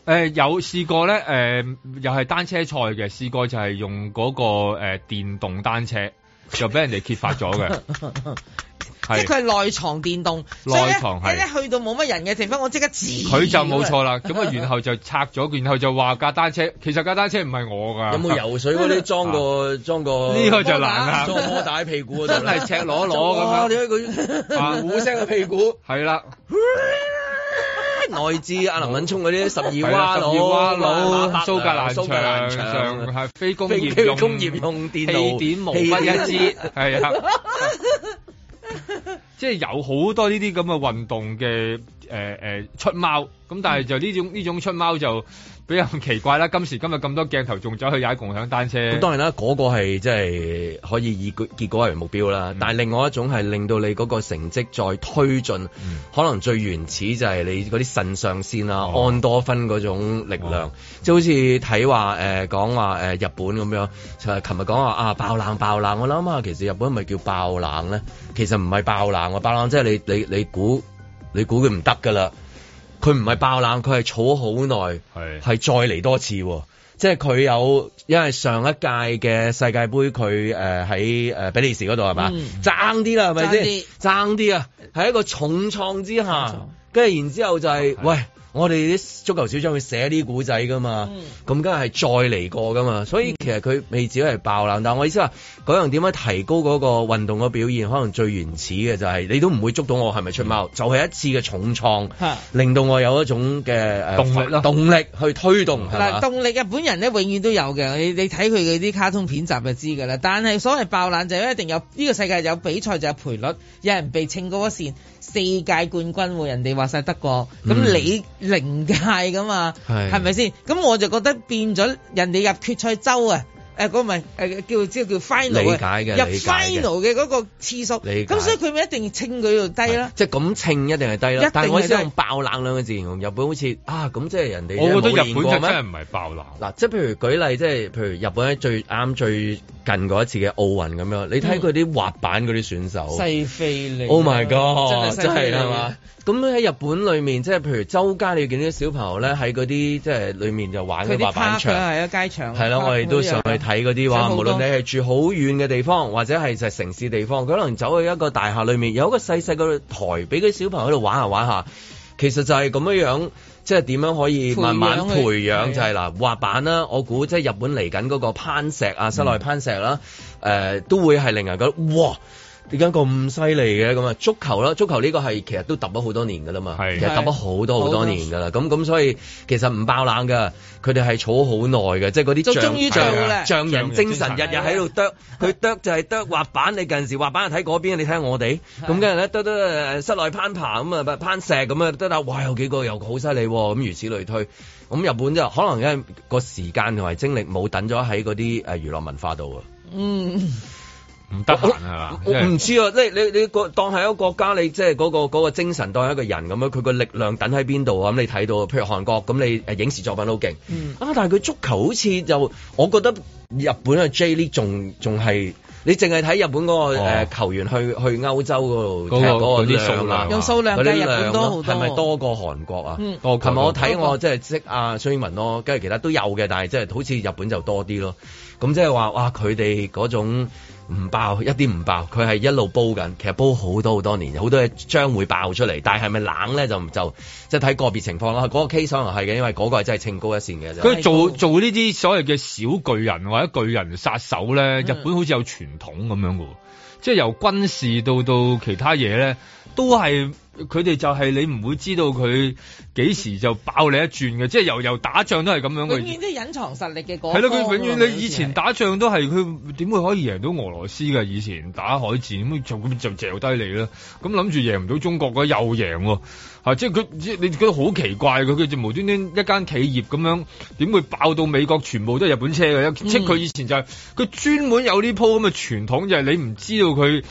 Speaker 6: 誒、有試過咧，誒、又係單車賽嘅，試過就係用嗰、個誒、電動單車，就俾人哋揭發咗 嘅，
Speaker 4: 即
Speaker 6: 係
Speaker 4: 係佢係內藏電動，
Speaker 6: 內
Speaker 4: 所以咧
Speaker 6: 藏
Speaker 4: 你
Speaker 6: 係
Speaker 4: 咧去到冇乜人嘅地方，我即刻自
Speaker 6: 佢就冇錯啦。咁啊，然後就拆咗，然後就話架單車，其實架單車唔係我㗎。
Speaker 2: 有冇游水嗰啲裝 個裝個？
Speaker 6: 啊呢個就難啦，
Speaker 2: 裝摩打喺屁股嗰
Speaker 6: 真
Speaker 2: 度
Speaker 6: 係
Speaker 2: 啦，
Speaker 6: 赤裸裸
Speaker 2: 哇
Speaker 6: 咁
Speaker 2: 你
Speaker 6: 樣。
Speaker 2: 睇
Speaker 6: 啊
Speaker 2: 佢呼聲嘅屁股，
Speaker 6: 係啦。
Speaker 2: 內置阿林敏聰嗰啲十
Speaker 6: 係
Speaker 2: 二
Speaker 6: 啦
Speaker 2: 蛙
Speaker 6: 十
Speaker 2: 佬、
Speaker 6: 二蛙佬、
Speaker 2: 馬
Speaker 6: 啊蘇格蘭
Speaker 2: 啊蘇格
Speaker 6: 場
Speaker 2: 蘭
Speaker 6: 上
Speaker 2: 場。
Speaker 6: 係非工
Speaker 2: 非
Speaker 6: 業用
Speaker 2: 工業用電腦
Speaker 6: 氣點無不一支， 係啊，即係有好多呢啲咁嘅運動嘅誒、誒誒出貓，咁但係就呢種呢種出貓就比較奇怪啦。今時今日咁多鏡頭仲走去踩共享單車，
Speaker 2: 咁當然啦，嗰、個係即係可以以個結果為目標啦。但係另外一種係令到你嗰個成績再推進，可能最原始就係你嗰啲腎上腺啊、安多芬嗰種力量，即係好似睇話誒講話誒日本咁樣，就係琴日講話啊爆冷爆冷，我諗下啊其實日本係咪叫爆冷咧？其實唔係爆冷啊，爆冷即係你你你估你估佢唔得㗎啦。佢唔係爆冷，佢係儲好耐，係再嚟多次喎。即係佢有，因為上一屆嘅世界盃，佢誒喺誒比利時嗰度係嘛，嗯爭啲嗯啦，係咪先？爭啲啊，喺一個重創之下，跟住然之後就係、喂。我哋啲足球小將會寫呢啲古仔噶嘛，咁梗係再嚟過噶嘛，所以其實佢未至於係爆冷，但我意思話嗰樣點樣提高嗰個運動嘅表現，可能最原始嘅就係、你都唔會捉到我係咪出貓，就係一次嘅重創，令到我有一種嘅、呃、
Speaker 6: 動力咯
Speaker 2: 動力去推動係嘛
Speaker 4: 嗱，動力日本人咧永遠都有嘅，你你睇佢嗰啲卡通片集就知㗎啦。但係所謂爆冷就一定有呢、個世界有比賽就有賠率，有人被稱嗰線四屆冠軍喎，人哋話晒德國，咁
Speaker 11: 嗯
Speaker 4: 你零屆㗎嘛，
Speaker 11: 係
Speaker 4: 係咪先？咁我就覺得變咗人哋入決賽周啊。誒嗰唔係誒叫即係叫 final 啊
Speaker 2: 理解嘅
Speaker 4: 入
Speaker 2: 理解嘅
Speaker 4: final 嘅嗰個次數，
Speaker 2: 理解
Speaker 4: 咁所以佢咪一定稱佢度低啦。
Speaker 2: 即係咁稱一定係低
Speaker 4: 一定係
Speaker 2: 啦，但係我
Speaker 4: 低
Speaker 2: 先用爆冷兩個字形容日本好似啊咁，即係人哋
Speaker 6: 我覺得
Speaker 2: 冇
Speaker 6: 日
Speaker 2: 練
Speaker 6: 本
Speaker 2: 過
Speaker 6: 就真
Speaker 2: 咩
Speaker 6: 係唔係爆冷。
Speaker 2: 嗱，即係譬如舉例，即係譬如日本喺最啱最近嗰一次嘅奧運咁樣，你睇佢啲滑板嗰啲選手。
Speaker 4: 西非你
Speaker 2: Oh my god！
Speaker 4: 啊
Speaker 2: 真
Speaker 4: 真係啊
Speaker 2: 係
Speaker 4: 係
Speaker 2: 係嘛？？咁喺日本裏面，即係譬如周街你見到啲小朋友咧，喺嗰啲即係裏面就玩嗰
Speaker 4: 佢
Speaker 2: 啲
Speaker 4: 哋
Speaker 2: 滑
Speaker 4: 趴
Speaker 2: 板
Speaker 4: 佢
Speaker 2: 場。
Speaker 4: 係啊，街場
Speaker 2: 係啦，我哋都上去睇嗰啲話，
Speaker 4: 啊上好
Speaker 2: 無
Speaker 4: 多
Speaker 2: 論你係住好遠嘅地方，或者係就係城市地方，佢可能走去一個大廈裏面，有一個細細個台俾啲小朋友喺度玩下玩下，其實就係咁樣樣。即係點樣可以慢慢
Speaker 6: 培養佢
Speaker 2: 培養就係嗱滑板啦，我估即係日本嚟緊嗰個攀石啊，室內攀石啦，誒、都會係令人覺得哇點解咁犀利嘅咁啊？足球啦，足球呢個係其實都揼咗好多年㗎啦嘛，其實揼咗好多好多年㗎啦。咁咁所以其實唔爆冷㗎，佢哋係儲好耐嘅，即係嗰啲
Speaker 4: 就
Speaker 2: 匠
Speaker 4: 終於做啦
Speaker 2: 匠匠人精神
Speaker 4: 匠
Speaker 2: 日
Speaker 4: 人精神
Speaker 2: 日喺度啄，佢啄就係啄滑板。你近時滑板係睇嗰邊，你睇下我 哋咁跟住咧啄啄誒室內攀爬咁啊攀石咁啊得啦，哇有幾個又好犀利喎，咁如此類推。咁日本就可能因為個時間同埋精力冇等咗喺嗰啲誒娛樂文化度啊。
Speaker 4: 嗯。
Speaker 6: 唔得閒係嘛？
Speaker 2: 我唔知啊，即係你你個當係一個國家，你即係嗰個嗰個精神當係一個人咁樣，佢個力量等喺邊度啊？咁你睇到，譬如韓國咁，你誒影視作品都好勁，
Speaker 4: 嗯
Speaker 2: 啊！但係佢足球好似就，我覺得日本嘅 J League 仲仲係。你淨係睇日本嗰、個、誒球員去去歐洲
Speaker 6: 嗰
Speaker 2: 嗰度
Speaker 6: 個
Speaker 2: 踢嗰個
Speaker 6: 哦嗰啲數
Speaker 2: 量啊
Speaker 6: 量
Speaker 4: 有數量計
Speaker 2: 嗰啲
Speaker 4: 日本
Speaker 2: 量啊
Speaker 4: 多好多
Speaker 2: 係咪多過韓國啊
Speaker 4: 嗯？
Speaker 6: 多過
Speaker 2: 琴日我睇
Speaker 4: 多過
Speaker 2: 我即係識啊孫英文咯，跟住其他都有嘅，但係即係好似日本就多啲咯。咁即係話哇，佢哋嗰種唔爆一啲唔爆，佢係一路煲緊，其實煲好多好多年，好多嘢將會爆出嚟。但係係咪冷咧就唔就即係睇個別情況啦。嗰、個 case 可能係嘅，因為嗰個係真係稱高一線嘅啫。
Speaker 6: 佢做做呢啲所謂嘅小巨人或者巨人殺手咧，
Speaker 4: 嗯
Speaker 6: 日本好似有傳統咁樣嘅喎，即係由軍事到到其他嘢咧，都係佢哋就係你唔會知道佢幾時就爆你一轉嘅，即係由由打仗都係咁樣
Speaker 4: 永
Speaker 6: 嘅。
Speaker 4: 遠都隱藏實力嘅嗰
Speaker 6: 係咯，
Speaker 4: 方
Speaker 6: 佢永
Speaker 4: 喎
Speaker 6: 遠你以前打仗都係佢點會可以贏到俄羅斯嘅？以前打海戰咁就咁就嚼低你啦。咁諗住贏唔到中國嘅又贏喎、啊即係佢即係你覺得好奇怪佢佢就無端端一間企業咁樣點會爆到美國全部都係日本車嘅？
Speaker 2: 嗯
Speaker 6: 即係佢以前就係、佢專門有呢鋪咁嘅傳統，就係、你唔知道佢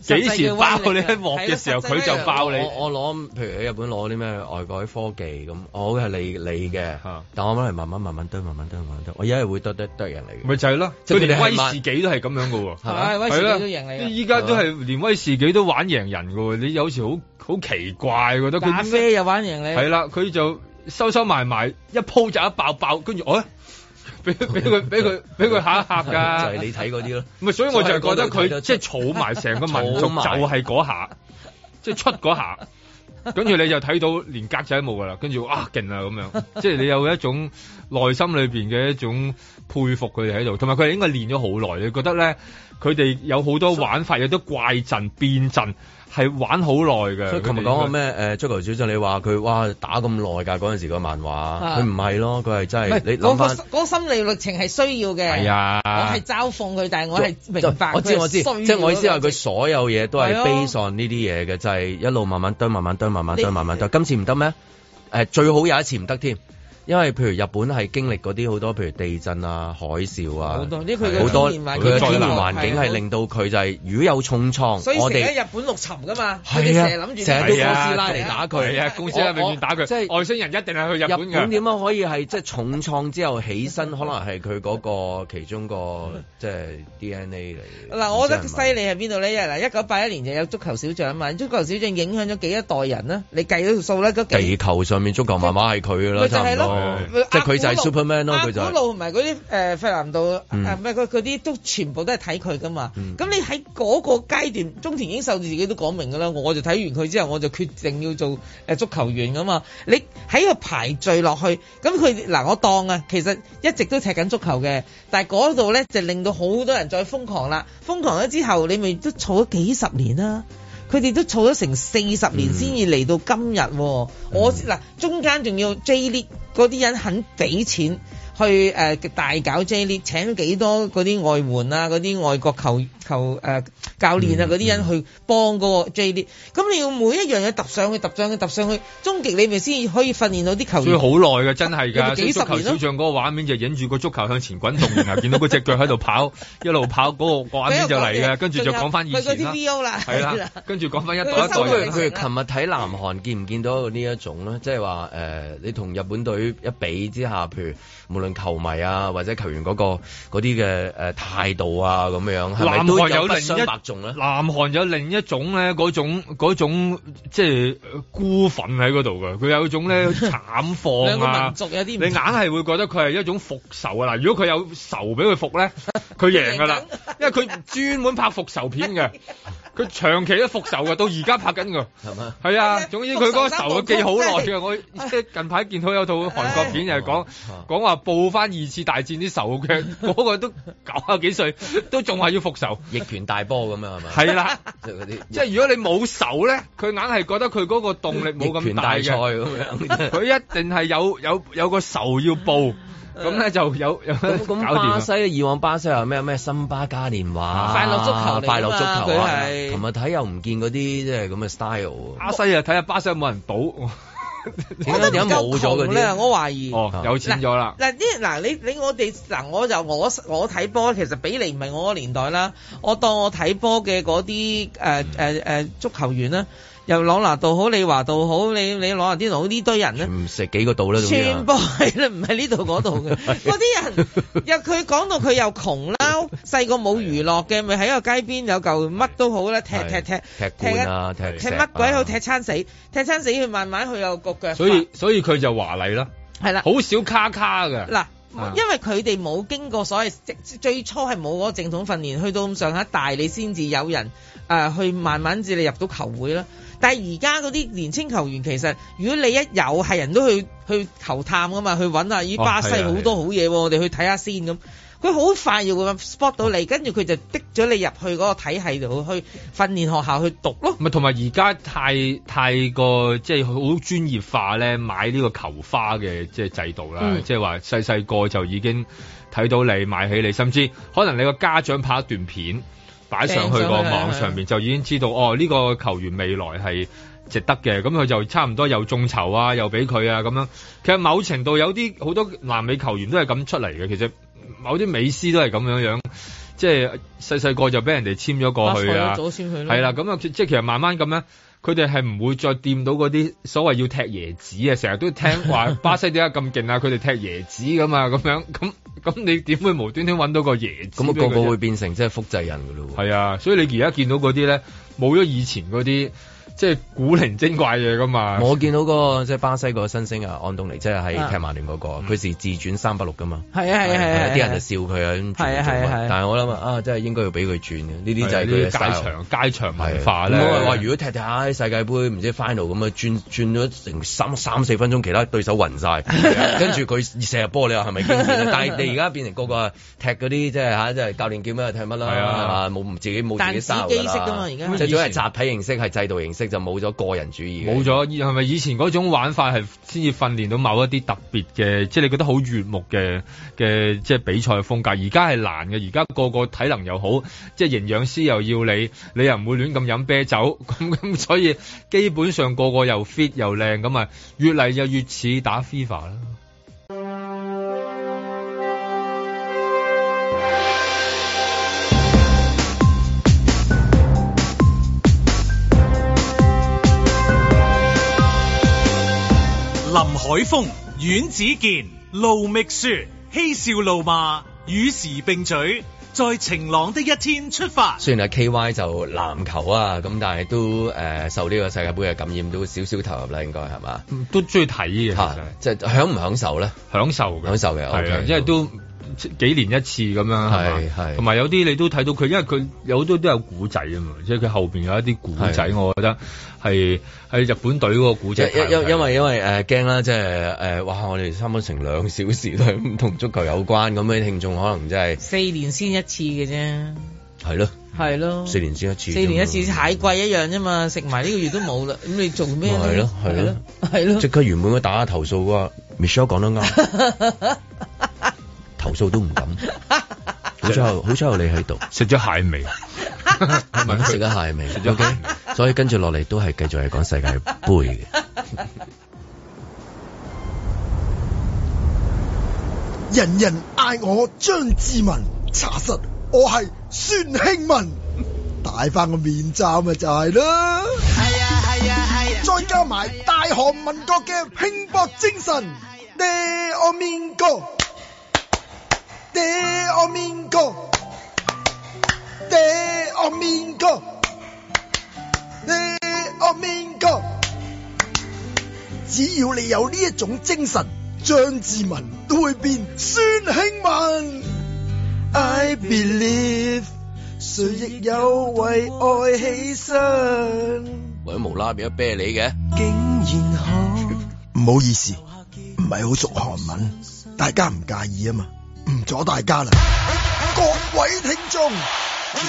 Speaker 6: 幾時爆
Speaker 2: 啊
Speaker 6: 你一鑊嘅時候，佢就爆你。
Speaker 2: 我我攞譬如喺日本攞啲咩外國啲科技咁，我係你你嘅，但我可能慢慢慢慢堆，慢慢堆，慢慢堆，我一係會堆堆堆人嚟嘅。
Speaker 6: 咪就係咯，
Speaker 2: 即
Speaker 6: 佢
Speaker 2: 係佢哋
Speaker 6: 連
Speaker 2: 係
Speaker 6: 威
Speaker 2: 慢
Speaker 6: 士忌都啊係咁樣嘅喎，
Speaker 2: 係嘛係
Speaker 4: 哎威士忌
Speaker 6: 啦
Speaker 4: 都贏你㗎啊
Speaker 6: 依家都
Speaker 2: 啊
Speaker 6: 係連威士忌都玩贏人嘅喎，你有時好好奇怪覺得佢
Speaker 4: 咖啡又玩贏你，
Speaker 6: 係啦，佢就收收埋埋一鋪就一爆爆，跟住我俾俾佢俾佢俾佢嚇一嚇㗎，
Speaker 2: 就係你睇嗰啲咯。
Speaker 6: 咪所以我就係覺得
Speaker 2: 所以嗰度睇
Speaker 6: 佢
Speaker 2: 得出
Speaker 6: 即係儲埋成個民族就
Speaker 2: 儲埋
Speaker 6: 係嗰下，即係出嗰下，跟住你就睇到連格仔都冇㗎啦，跟住啊勁啦咁 樣，即係你有一種內心裏邊嘅一種佩服佢哋喺度，同埋佢哋應該練咗好耐，你覺得咧佢哋有好多玩法，有啲怪陣變陣係玩好耐嘅。
Speaker 2: 所以琴日講過咩？誒足球小將，你話佢哇打咁耐㗎嗰陣時個漫畫，佢唔係咯，佢係真係你諗
Speaker 4: 嗰個
Speaker 2: 翻
Speaker 4: 嗰。個心理歷程係需要嘅。
Speaker 2: 係啊
Speaker 4: 我係嘲諷佢，但係我係明白。
Speaker 2: 我知我知，即係我意思係
Speaker 4: 係
Speaker 2: 佢所有嘢都係
Speaker 4: 係啊
Speaker 2: base on 呢啲嘢嘅，就係一路慢慢堆、慢慢堆、慢慢堆、慢慢堆。今次唔得咩？誒最好有一次唔得添，因為譬如日本係經歷嗰啲好多譬如地震啊、海嘯啊，
Speaker 4: 好
Speaker 2: 好
Speaker 4: 多
Speaker 2: 多
Speaker 4: 呢佢嘅
Speaker 2: 佢嘅天
Speaker 4: 天然環境
Speaker 2: 然環
Speaker 4: 係
Speaker 2: 境
Speaker 4: 啊
Speaker 2: 係令到佢就係如果有重創
Speaker 4: 所，以
Speaker 2: 我
Speaker 4: 成日
Speaker 2: 哋
Speaker 4: 喺日本陸沉噶嘛，佢哋
Speaker 2: 係
Speaker 4: 成日
Speaker 2: 啊
Speaker 4: 諗，住
Speaker 2: 成日都
Speaker 6: 係啊
Speaker 2: 公司拉嚟打佢，
Speaker 6: 係啊公司拉
Speaker 2: 我我
Speaker 6: 永遠打佢
Speaker 2: 即係
Speaker 6: 外星人一定係去日本
Speaker 2: 日
Speaker 6: 㗎
Speaker 2: 本點樣可以係即係重創之後起身，可能係佢嗰個其中個即係 DNA 嚟。
Speaker 4: 嗱，我覺
Speaker 2: 唔
Speaker 4: 得
Speaker 2: 知係
Speaker 4: 犀利係邊度咧？嗱，一九八一年就有足球小將嘛，足球小將影響咗幾一代人啦。你計咗條數啦，嗰
Speaker 2: 地
Speaker 4: 幾
Speaker 2: 球上面足球媽媽係佢噶
Speaker 4: 咪
Speaker 2: 啦，
Speaker 4: 就
Speaker 2: 差
Speaker 4: 係
Speaker 2: 唔
Speaker 4: 咯
Speaker 2: 多，，即係佢就係 Superman 咯，佢就
Speaker 4: 阿古
Speaker 2: 係
Speaker 4: 路同埋嗰啲誒費南道
Speaker 2: 嗯
Speaker 4: 誒咩嗰嗰啲都全部都係睇佢噶嘛。
Speaker 2: 嗯
Speaker 4: 咁你喺嗰個階段，中田英壽自己都講明㗎啦，我就睇完佢之後，我就決定要做誒足球員㗎嘛。你喺個排序落去，咁佢嗱我當啊，其實一直都踢緊足球嘅，但係嗰度咧就令到好多人再瘋狂啦。瘋狂咗之後，你咪都儲咗幾十年啦。佢哋都儲咗成四十年先至嚟到今日喎、
Speaker 6: 嗯
Speaker 4: 我嗱中間仲要 J League 嗰啲人肯俾錢去誒、呃大搞 J League，請咗幾多嗰啲外援啊、嗰啲外國球球誒、呃教練啊
Speaker 6: 嗯
Speaker 4: 嗰啲人去幫嗰個 J League。咁你要每一樣嘢揼上去、揼上去、揼上去，終極你咪先可以訓練到啲球
Speaker 6: 所以
Speaker 4: 員。
Speaker 6: 好耐嘅，真係
Speaker 4: 有
Speaker 6: 㗎。
Speaker 4: 冇
Speaker 6: 所以
Speaker 4: 幾十
Speaker 6: 足
Speaker 4: 年
Speaker 6: 球
Speaker 4: 咯
Speaker 6: 小將嗰個畫面就影住個足球向前滾動，然後見到嗰只腳喺度 跑，一路跑嗰個畫面就嚟嘅，跟住就講翻以前
Speaker 4: 佢嗰
Speaker 6: 啦
Speaker 4: 啲，VO 啦，
Speaker 6: 係啦，跟住講翻一代一代
Speaker 4: 佢收
Speaker 2: 佢
Speaker 6: 人
Speaker 4: 佢。
Speaker 2: 佢琴日睇南韓見唔見到呢一種咧？即係話誒，你同日本隊一比之下，譬如無論球迷啊或者球員嗰、個嗰啲嘅誒態度啊咁樣，係咪
Speaker 6: 南
Speaker 2: 都
Speaker 6: 韓
Speaker 2: 有
Speaker 6: 有
Speaker 2: 不
Speaker 6: 另
Speaker 2: 相
Speaker 6: 一
Speaker 2: 伯仲咧？
Speaker 6: 南韓有另一種咧，嗰種嗰種即係呃孤憤喺嗰度嘅，佢有一種 咧慘
Speaker 4: 兩
Speaker 6: 況
Speaker 4: 個
Speaker 6: 啊
Speaker 4: 民。族有啲唔
Speaker 6: 你硬係會覺得佢係一種復仇啊！嗱，如果佢有仇俾佢復 咧，佢贏㗎啦，因為佢專門拍復仇片嘅，佢長期都復仇嘅，到而家拍緊㗎。
Speaker 2: 係嘛？
Speaker 6: 係
Speaker 4: 係
Speaker 6: 啊
Speaker 4: 啊，
Speaker 6: 總之佢嗰個仇記好耐
Speaker 4: 真
Speaker 6: 嘅。 我即係近排見到有套韓國片，又係講
Speaker 2: 啊
Speaker 6: 講話報翻二次大戰啲仇嘅， 嗰個都九啊幾歲，都仲係要復仇。
Speaker 2: 逆權大波咁樣係咪？
Speaker 6: 係啦，
Speaker 2: 即係嗰啲
Speaker 6: 即係如果你冇仇咧，佢硬係覺得佢嗰個動力冇
Speaker 2: 逆
Speaker 6: 咁
Speaker 2: 權
Speaker 6: 大
Speaker 2: 大賽
Speaker 6: 嘅，
Speaker 2: 咁樣。
Speaker 6: 佢一定係有有有個仇要報，咁咧就有有
Speaker 2: 咁咁
Speaker 6: 搞掂
Speaker 2: 巴
Speaker 6: 啦
Speaker 2: 西咧，以往巴西有咩咩森巴嘉年華、
Speaker 4: 啊
Speaker 2: 啊
Speaker 4: 快樂足球嚟㗎嘛
Speaker 2: 快樂足球
Speaker 4: 佢
Speaker 2: 啊！
Speaker 4: 係
Speaker 2: 琴日睇又唔見嗰啲即係咁嘅 style 喎。
Speaker 6: 巴西啊，睇下巴西有冇人賭。
Speaker 4: 我
Speaker 2: 點
Speaker 4: 覺
Speaker 2: 解
Speaker 4: 得
Speaker 2: 點
Speaker 4: 唔
Speaker 2: 解
Speaker 4: 夠
Speaker 2: 冇咗嗰
Speaker 4: 窮咧，
Speaker 2: 啲？
Speaker 4: 我懷疑。
Speaker 6: 哦，有錢咗啦。
Speaker 4: 嗱啲嗱你你我哋嗱我就我我睇波，其實比利唔係我個年代啦。我當我睇波嘅嗰啲誒誒誒足球員啦，由朗拿度好，李華度好，你你朗拿甸奴好呢堆人咧。
Speaker 2: 唔食幾個度啦，總之啊
Speaker 4: 全部係啦，唔係呢度嗰度嘅。嗰啲人又佢講到佢又窮啦，細個冇娛樂嘅，咪喺個街邊有嚿乜都好啦，踢踢
Speaker 2: 係
Speaker 4: 踢
Speaker 2: 踢罐啊，踢
Speaker 4: 踢
Speaker 2: 石
Speaker 4: 乜鬼好，
Speaker 2: 啊
Speaker 4: 踢餐死，踢餐死佢慢慢佢有個腳法，
Speaker 6: 所以所以佢就華麗啦，
Speaker 4: 係啦。
Speaker 6: 好少卡卡嘅。
Speaker 4: 嗱
Speaker 6: 啊，
Speaker 4: 因為佢哋冇經過所謂即最初係冇嗰個正統訓練，去到咁上下大你先至有人誒、呃去慢慢至你入到球會啦。但係而家嗰啲年青球員其實，如果你一有係人都去去球探噶嘛，去揾啊，咦
Speaker 6: 哦
Speaker 4: 巴西
Speaker 6: 係啊
Speaker 4: 好多好嘢喎，我哋去睇下先咁。佢好快就會 spot 到
Speaker 6: 哦
Speaker 4: 你，跟住佢就滴咗你入去嗰個體系度去訓練學校去讀咯。
Speaker 6: 咪同埋而家太太過即係好專業化咧，買呢個球花嘅即係制度啦，
Speaker 4: 嗯
Speaker 6: 即係話細細個就已經睇到你買起你，甚至可能你個家長拍一段片擺上去個網上面，就已經知道哦呢、個球員未來係。值得嘅，咁佢就差唔多又眾籌啊，又俾佢啊咁樣。其實某程度有啲好多南美球員都係咁出嚟嘅，其實某啲美斯都係咁樣樣，即係細細個就俾人哋簽咗過去啊。
Speaker 4: 早先去咯。
Speaker 6: 係啦，咁啊，即即係其實慢慢咁咧，佢哋係唔會再掂到嗰啲所謂要踢椰子啊，成日都聽話 巴西點解咁勁啊，佢哋踢椰子噶嘛，咁樣咁咁你點會無端端揾到個椰子
Speaker 2: 咁啊
Speaker 6: 俾佢啫？
Speaker 2: 個個會變成即係複製人噶咯喎。
Speaker 6: 係啊，所以你而家見到嗰啲咧，冇咗以前嗰啲即係古靈精怪嘢噶
Speaker 4: 啊
Speaker 6: 嘛。
Speaker 2: 我見到個即係巴西個新星啊，安東尼即係喺踢曼聯嗰個，佢是自轉三百六噶嘛。
Speaker 4: 係啊係啊係啊
Speaker 2: 係啲人就笑佢啊，咁轉
Speaker 4: 係
Speaker 2: 嚟
Speaker 4: 啊係
Speaker 2: 做
Speaker 4: 啊係啊
Speaker 2: 乜但係我諗啊，真係應該要俾佢轉嘅，呢啲就係
Speaker 6: 啊呢啲
Speaker 2: 佢嘅
Speaker 6: 街
Speaker 2: style 啊
Speaker 6: 場街場啊文化
Speaker 2: 咁
Speaker 6: 咧。
Speaker 2: 我話如果踢踢下世界盃唔知 final 咁啊，轉轉咗成三三四分鐘，其他對手 暈晒，跟住佢射入波，你話係咪經典啊咧？但係你而家變成個個踢嗰啲即係嚇，即係教練叫咩踢乜啦，
Speaker 6: 係啊
Speaker 2: 係嘛？冇唔自己冇自己
Speaker 4: 彈
Speaker 2: 沙
Speaker 4: 指機式㗎嘛而家
Speaker 2: 即係總係集體形式，係制度形式，就冇咗個人主義嘅。
Speaker 6: 冇咗，係咪以前嗰種玩法係先至訓練到某一啲特別嘅，即係你覺得好悅目嘅嘅即係比賽風格？而家係難嘅，而家個個體能又好，即係營養師又要你，你又唔會亂咁飲啤酒， 咁咁所以基本上個個又 fit 又靚，咁啊越嚟就越似打 FIFA 啦。
Speaker 1: 林海峰、阮子健、路觅雪，嬉笑怒罵，與時並舉，在晴朗的一天出發。
Speaker 2: 雖然係 K Y 就籃球啊，咁但係都誒、呃受呢個世界盃嘅感染，都少少投入啦，應該係嘛？
Speaker 6: 都中意睇嘅，其
Speaker 2: 嚇
Speaker 6: 實
Speaker 2: 即係享唔享受咧？
Speaker 6: 享受嘅，
Speaker 2: 享受嘅
Speaker 6: 係啊
Speaker 2: OK，
Speaker 6: 因為都幾年一次咁樣，係係，
Speaker 2: 係係
Speaker 6: 同埋有啲你都睇到佢，因為佢有好多都有古仔啊嘛，即係佢後邊有一啲古仔，
Speaker 2: 係
Speaker 6: 我覺得係係日本隊嗰個古仔，啊
Speaker 2: 因因因為因為誒驚啦，即係誒哇！我哋差唔多成兩小時都係唔同足球有關，咁啲聽眾可能真係
Speaker 4: 四年先一次嘅啫，
Speaker 2: 係咯，
Speaker 4: 係咯，
Speaker 2: 四年先一次啫嘛，
Speaker 4: 四年一次蟹季一樣啫嘛，食埋呢個月都冇啦，咁你做咩
Speaker 2: 咪係
Speaker 4: 咧？
Speaker 2: 咯係咯，
Speaker 4: 係咯，
Speaker 2: 即刻原本嗰打投訴嗰個 Michelle 講得啱， 投訴都唔敢。好彩有好彩有你喺度，
Speaker 6: 食咗蟹 味，
Speaker 2: 問食咗蟹味
Speaker 6: 咗
Speaker 2: ，OK，所以跟住落嚟都係繼續係講世界 盃嘅。
Speaker 7: 人人嗌我張志文，查實我係孫興文，戴翻個面罩咪就係啦。係啊係啊係啊！再加埋大韓民國嘅拼搏精神，d e o m i n g o d e o m i n g o d e o m i n g o d e o m i n g o 只要你有呢一種精神，張志文都會變孫興文。I believe，誰亦有為愛起身。
Speaker 10: 或者無啦啦變咗啤梨嘅，
Speaker 7: 唔好意思，唔係好熟韓文，大家唔介意啊嘛，唔阻大家啦。各位聽眾，
Speaker 11: 早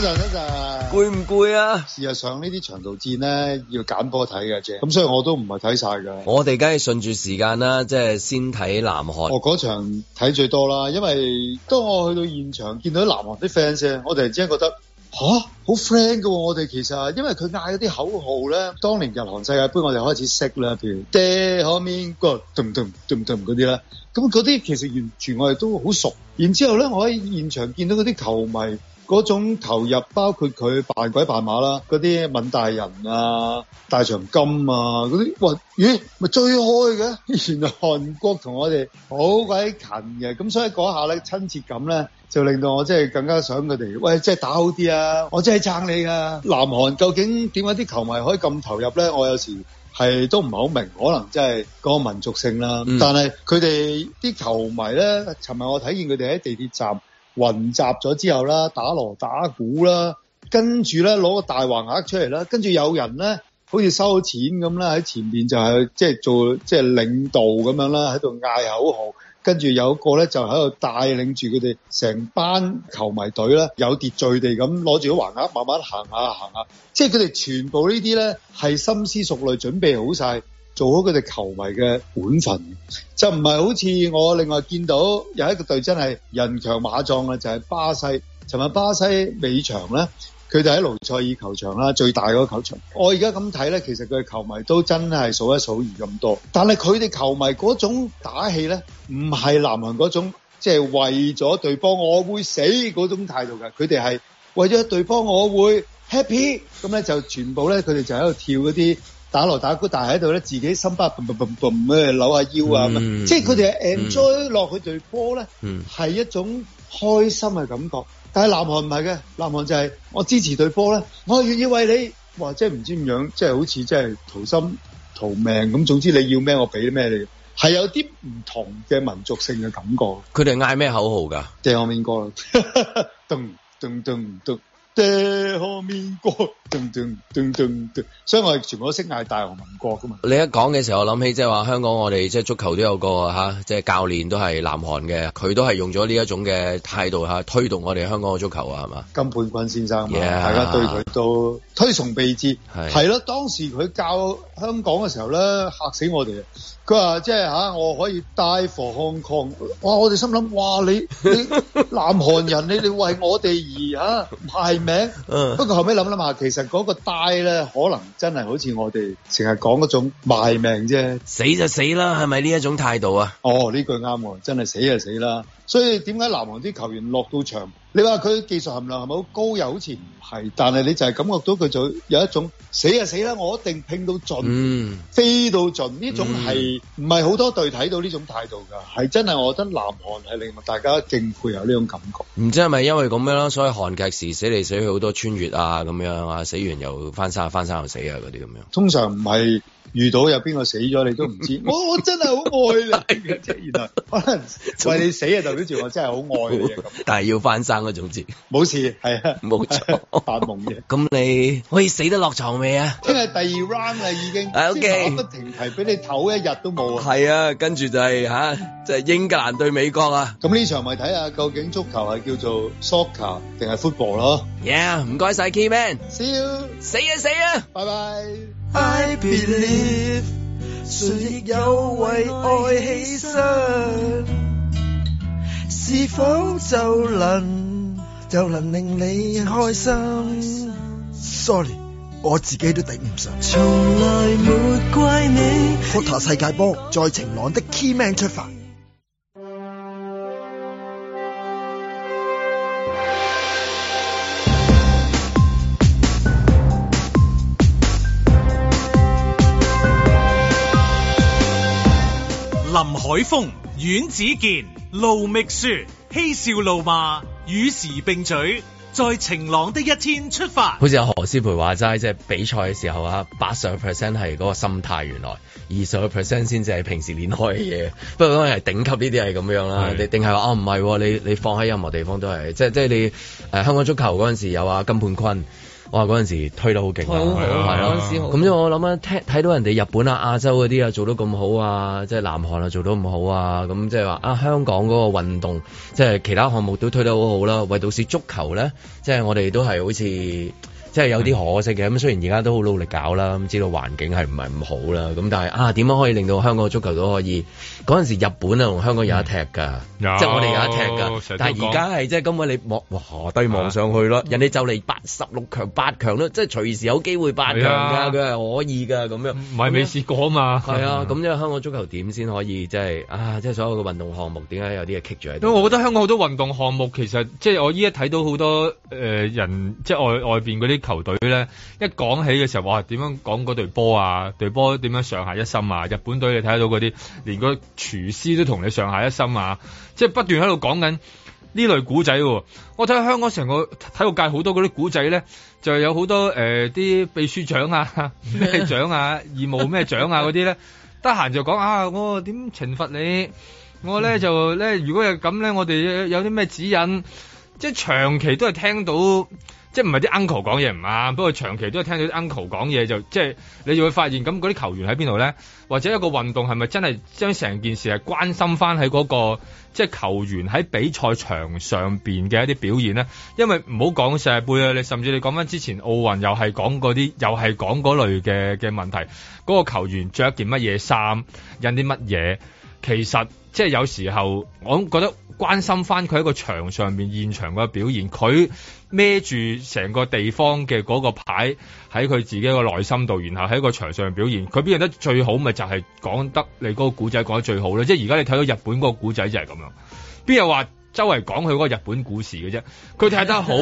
Speaker 11: 晨，早晨。
Speaker 10: 攰唔攰啊？
Speaker 11: 事實上呢啲長途戰咧，要揀波睇嘅啫。咁所以我都唔係睇晒㗎。
Speaker 10: 我哋梗係順住時間啦，即係先睇南韓
Speaker 11: 我。嗰場睇最多啦，因為當我去到現場見到南韓啲 fans 咧，我突然之間覺得吓，好 friend 㗎喎！我哋其實因為佢嗌嗰啲口號咧，當年日韓世界盃我哋開始識啦，譬如 d 可 h e 個 m 咚咚咚嗰啲啦，咁嗰啲其實完全我哋都好熟。然之後咧，我喺現場見到嗰啲球迷。嗰種投入，包括佢扮鬼扮馬啦，嗰啲敏大人啊、大長今啊嗰啲，哇！咦，咪追開嘅？原來韓國同我哋好鬼近嘅，咁所以嗰下咧親切感咧，就令到我真係更加想佢哋，喂，即係打好啲啊！我真係撐你噶。南韓究竟點解啲球迷可以咁投入咧？我有時係都唔係好明，可能真係嗰個民族性啦。
Speaker 10: 嗯
Speaker 11: 但係佢哋啲球迷咧，尋日我睇見佢哋喺地鐵站。混集咗之後啦，打鑼打鼓啦，跟住咧攞個大橫額出嚟啦，跟住有人咧好似收錢咁啦，喺前面就係即係做即係領導咁樣啦，喺度嗌口號。跟住有個咧就喺度帶領住佢哋成班球迷隊咧，有秩序地咁攞住個橫額慢慢行下行下，即係佢哋全部呢啲咧係深思熟慮準備好晒，做好佢哋球迷嘅本分。就唔係好似我另外見到有一個隊真係人強馬壯啦，就係、巴西。尋日巴西尾場咧，佢哋喺盧塞爾球場啦，最大嗰個球場。我而家咁睇咧，其實佢嘅球迷都真係數一數二咁多。但係佢哋球迷嗰種打氣咧，唔係南韓嗰種，即、係、為咗對方我會死嗰種態度嘅。佢哋係為咗對方我會 happy，咁咧就全部咧佢哋就喺度跳嗰啲打鑼打鼓，但係喺度咧自己心巴嘣嘣嘣嘣咁樣扭下腰啊咁啊
Speaker 10: 嗯
Speaker 11: 即係佢哋係
Speaker 10: 嗯
Speaker 11: enjoy 落去隊波咧，
Speaker 10: 嗯
Speaker 11: 係一種開心嘅感覺。但係南韓唔係嘅，南韓就係我支持隊波咧，我願意為你，哇！即係唔知點樣，即係好似即係掏心掏命咁。總之你要咩，我俾咩你，係有啲唔同嘅民族性嘅感覺。
Speaker 10: 佢哋嗌咩口號㗎？
Speaker 11: 掟我面 歌啦，噔噔噔噔，掟我面歌，噔噔噔噔噔。所以我哋全部都識嗌大韓民國噶嘛。
Speaker 10: 你一講嘅時候，我諗起即係話香港我哋即係足球都有個嚇，即係教練都係南韓嘅，佢都係用咗呢一種嘅態度嚇推動我哋香港嘅足球啊，係嘛？
Speaker 11: 金判君先生嘛
Speaker 10: Yeah
Speaker 11: 大家對佢都推崇備至，
Speaker 10: 係
Speaker 11: 係咯。當時佢教香港嘅時候咧，嚇死我哋啊！佢話即係嚇，我可以 die for Hong Kong。哇！我哋心諗，哇！你 你南韓人，你你為我哋而嚇賣名。
Speaker 10: 嗯
Speaker 11: 不過後尾諗諗下，其實嗰個 die 咧，可能真係好似我哋成日講嗰種賣命啫。
Speaker 10: 死就死啦，係咪呢一種態度啊？
Speaker 11: 哦，呢句啱喎，真係死就死啦。所以點解南韓啲球員落到場，你話佢技術含量係咪好高？又好似唔係，但係你就係感覺到佢就有一種死就死啦，我一定拼到盡，
Speaker 10: 嗯，
Speaker 11: 飛到盡呢種係唔係好多隊睇到呢種態度㗎？係真係我覺得南韓係令大家敬佩有呢種感覺。
Speaker 10: 唔知係咪因為咁樣咯，所以韓劇時死嚟死去好多穿越啊咁樣啊，死完又翻生，翻生又死啊嗰啲咁樣。
Speaker 11: 通常唔係遇到有邊個死咗你都唔 知，我我 真係好愛你嘅啫。原來可能為你死啊，代表住我真係好愛你啊 咁。
Speaker 10: 但係要翻生嗰種字，
Speaker 11: 冇事，係啊，
Speaker 10: 冇錯，
Speaker 11: 發夢嘅。
Speaker 10: 咁你可以死得落床未啊？
Speaker 11: 聽日第二 round 啦，已經，
Speaker 10: 啊
Speaker 11: 即
Speaker 10: OK
Speaker 11: 係不停提俾你唞一日都冇啊。
Speaker 10: 係啊，跟住就係、吓，就係、英格蘭對美國啊。
Speaker 11: 咁呢場咪睇下究竟足球係叫做 soccer 定係 football 咯。
Speaker 10: Yeah，唔該晒 Key Man，
Speaker 11: See you，
Speaker 10: 死啊死啊！
Speaker 11: 拜拜。
Speaker 12: I believe，誰亦有為愛犧牲，是否就能就能令你開心？Sorry，
Speaker 13: 我自己都頂唔順。
Speaker 12: 從來沒怪你。
Speaker 13: Kota 世界波，在晴朗的 Key Man 出發。
Speaker 1: 林海峰、阮子健、路覓雪，嬉笑怒罵，與時並舉，在晴朗的一天出發。
Speaker 2: 好似阿何詩培話齋，即係比賽嘅時候啊，八十 percent 係嗰個心態，原來二十 percent 先至係平時練開嘅嘢。不過當然係頂級呢啲係咁樣啦，
Speaker 10: 係
Speaker 2: 你定係話啊唔係喎，你你放喺任何地方都係，即係即係你誒、呃香港足球嗰陣時有啊金判坤。哇！嗰陣時推得好勁啊，
Speaker 4: 好好
Speaker 2: 係啊
Speaker 4: 嗰陣時好
Speaker 2: 咁因為我諗啊，聽睇到人哋日本啊、亞洲嗰啲啊做到咁好啊，即係南韓啊做到咁好啊，咁即係話啊香港嗰個運動，即係其他項目都推得好好啦，唯獨是足球咧，即係我哋都係好似。即係有啲可惜嘅，咁雖然而家都好努力搞啦，咁知道環境係唔係咁好啦，咁但係啊點樣可以令到香港嘅足球都可以嗰陣時日本啊同香港有一踢㗎，
Speaker 6: 有
Speaker 2: 即係我哋有一踢
Speaker 6: 嗯成
Speaker 2: 㗎
Speaker 6: 日，都啊
Speaker 2: 但係而家係即係今日你望哇低望上去咯，人哋就嚟八十六強八強咯，即係隨時有機會八強
Speaker 6: 係啊
Speaker 2: 㗎，佢係可以㗎咁樣，
Speaker 6: 唔係未試過啊嘛。
Speaker 2: 係啊，咁因為香港足球點先可以即係啊，即係所有嘅運動項目點解有啲嘢棘住喺
Speaker 6: 因
Speaker 2: 度？
Speaker 6: 為我覺得香港好多運動項目其實即係我依家睇到好多誒、呃人，即係外外邊嗰啲球隊咧，一講起嘅時候，哇點樣講嗰隊波啊，隊波點樣上下一心啊？日本隊你睇得到嗰啲，連個廚師都同你上下一心啊！即係不斷喺度講緊呢類古仔喎。我睇下香港成個體育界好多嗰啲古仔咧，就有好多誒啲、秘書長啊、咩 獎啊、義務咩獎啊嗰啲咧，得閒就講啊，我點懲罰你？我咧就咧，如果係咁咧，我哋有啲咩指引？即係長期都係聽到，即係唔係啲 uncle 講嘢唔啱，不過長期都係聽到啲 uncle 講嘢就即係你就會發現咁嗰啲球員喺邊度咧，或者一個運動係咪真係將成件事係關心翻喺嗰個即係球員喺比賽場上邊嘅一啲表現咧？因為唔好講世界盃啊，你甚至你講翻之前奧運又係講嗰啲，又係講嗰類嘅嘅問題，嗰、個球員着一件乜嘢衫，印啲乜嘢。其實即係有時候，我覺得關心翻佢喺個場上面現場嘅表現，佢孭住成個地方嘅嗰個牌喺佢自己個內心度，然後喺個場上面表現，佢表現得最好咪就係講得你嗰個古仔講得最好咧。即係而家你睇到日本嗰個古仔就係咁樣，邊有話周圍講佢嗰個日本股市嘅啫。佢踢得好，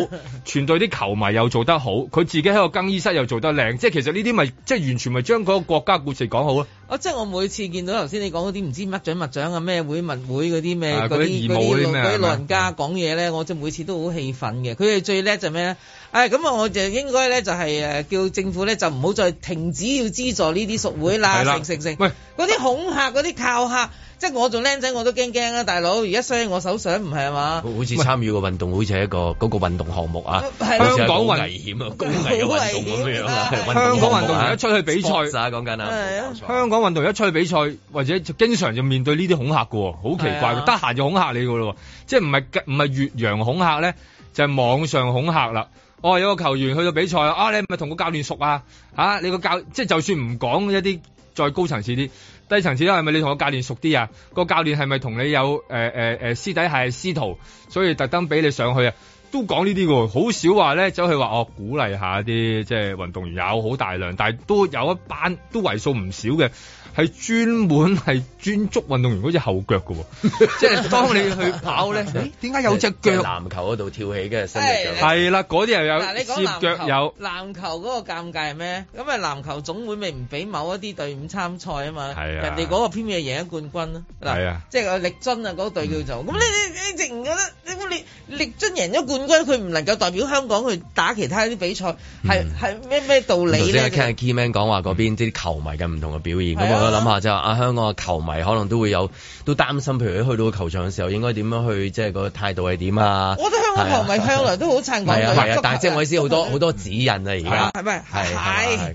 Speaker 6: 全隊啲球迷又做得好，佢自己喺個更衣室又做得靚，即係其實呢啲咪即係完全咪將嗰個國家故事講好咯。
Speaker 4: 我即係我每次見到頭先你講嗰啲唔知乜獎乜獎啊咩會乜會嗰啲咩
Speaker 6: 啊嗰
Speaker 4: 嗰
Speaker 6: 啲
Speaker 4: 啲
Speaker 6: 義
Speaker 4: 嗰
Speaker 6: 務嗰
Speaker 4: 啲
Speaker 6: 啲
Speaker 4: 老
Speaker 6: 咩
Speaker 4: 嗰啲
Speaker 6: 係咪
Speaker 4: 老人家講嘢咧，我就每次都好氣憤嘅。佢哋最叻就咩咧？唉，咁啊，我就應該咧就係、誒叫政府咧就唔好再停止要資助呢啲屬會啦，
Speaker 6: 係啦
Speaker 4: 成成成，
Speaker 6: 喂
Speaker 4: 嗰啲恐嚇嗰啲靠嚇，即係我做僆仔我都驚驚啊，大佬而家衰喺我手上唔係嘛？
Speaker 2: 好似參與個運動，好似係一個嗰個運動項目啊，
Speaker 4: 係
Speaker 2: 好似
Speaker 6: 香
Speaker 2: 係一個
Speaker 6: 港
Speaker 2: 好
Speaker 6: 運
Speaker 2: 危險啊，高危嘅運動咁樣啊，
Speaker 6: 香港運動員一
Speaker 2: 而家
Speaker 6: 出去比賽
Speaker 2: 啊，講緊啊，
Speaker 4: 係啊，
Speaker 6: 香港運動員一出去比賽，或者就經常就面對呢啲恐嚇嘅喎，好奇怪
Speaker 4: 係啊
Speaker 6: 嘅。得閒就恐嚇你嘅咯喎，即係唔係唔係越洋恐嚇咧，就係、網上恐嚇啦。哦，有個球員去到比賽啊，你係咪同個教練熟啊？啊，你個教即係就算唔講一啲再高層次啲。低層次啦，係咪你同個教練熟啲啊？個教練係咪同你有誒誒誒師弟係師徒，所以特登俾你上去啊？都講呢啲嘅喎，好少話咧走去話哦鼓勵下啲即係運動員有好大量，但係都有一班都為數唔少嘅。係專門係專捉運動員嗰隻後腳嘅 喎，即係當你去跑 咧，咦哎點解有隻
Speaker 2: 即
Speaker 6: 腳？
Speaker 2: 係籃球嗰度跳起嘅伸隻腳，
Speaker 6: 係啦，嗰啲又有
Speaker 4: 嗱，你講
Speaker 6: 涉
Speaker 4: 籃
Speaker 6: 腳
Speaker 4: 球
Speaker 6: 有。
Speaker 4: 籃球嗰個尷尬係咩？咁咪籃球總會咪唔俾某一啲隊伍參賽啊嘛。
Speaker 6: 係啊
Speaker 4: 人哋嗰個偏偏係贏咗冠軍咯。嗱，
Speaker 6: 係啊
Speaker 4: 即係力津啊嗰隊叫做。咁、你你你直唔覺得咁你力津贏咗冠軍，佢唔能夠代表香港去打其他啲比賽，係係咩咩道
Speaker 2: 頭
Speaker 4: 理
Speaker 2: 先阿
Speaker 4: 咧？
Speaker 2: Ken Keyman 講話嗰邊啲球迷嘅唔同嘅表現，咁
Speaker 4: 係啊
Speaker 2: 我諗下就係話啊，香港嘅球迷可能都會有都擔心，譬如去到球場嘅時候應該點樣去，即係個態度係點啊？
Speaker 4: 我覺得香港球
Speaker 2: 係啊
Speaker 4: 迷向來都好撐港
Speaker 2: 係啊係
Speaker 4: 隊
Speaker 2: 啊
Speaker 4: 足，
Speaker 2: 但係即係
Speaker 4: 球
Speaker 2: 我意思好多
Speaker 4: 足球
Speaker 2: 好多指引啊，而家
Speaker 4: 係咪
Speaker 2: 係
Speaker 4: 係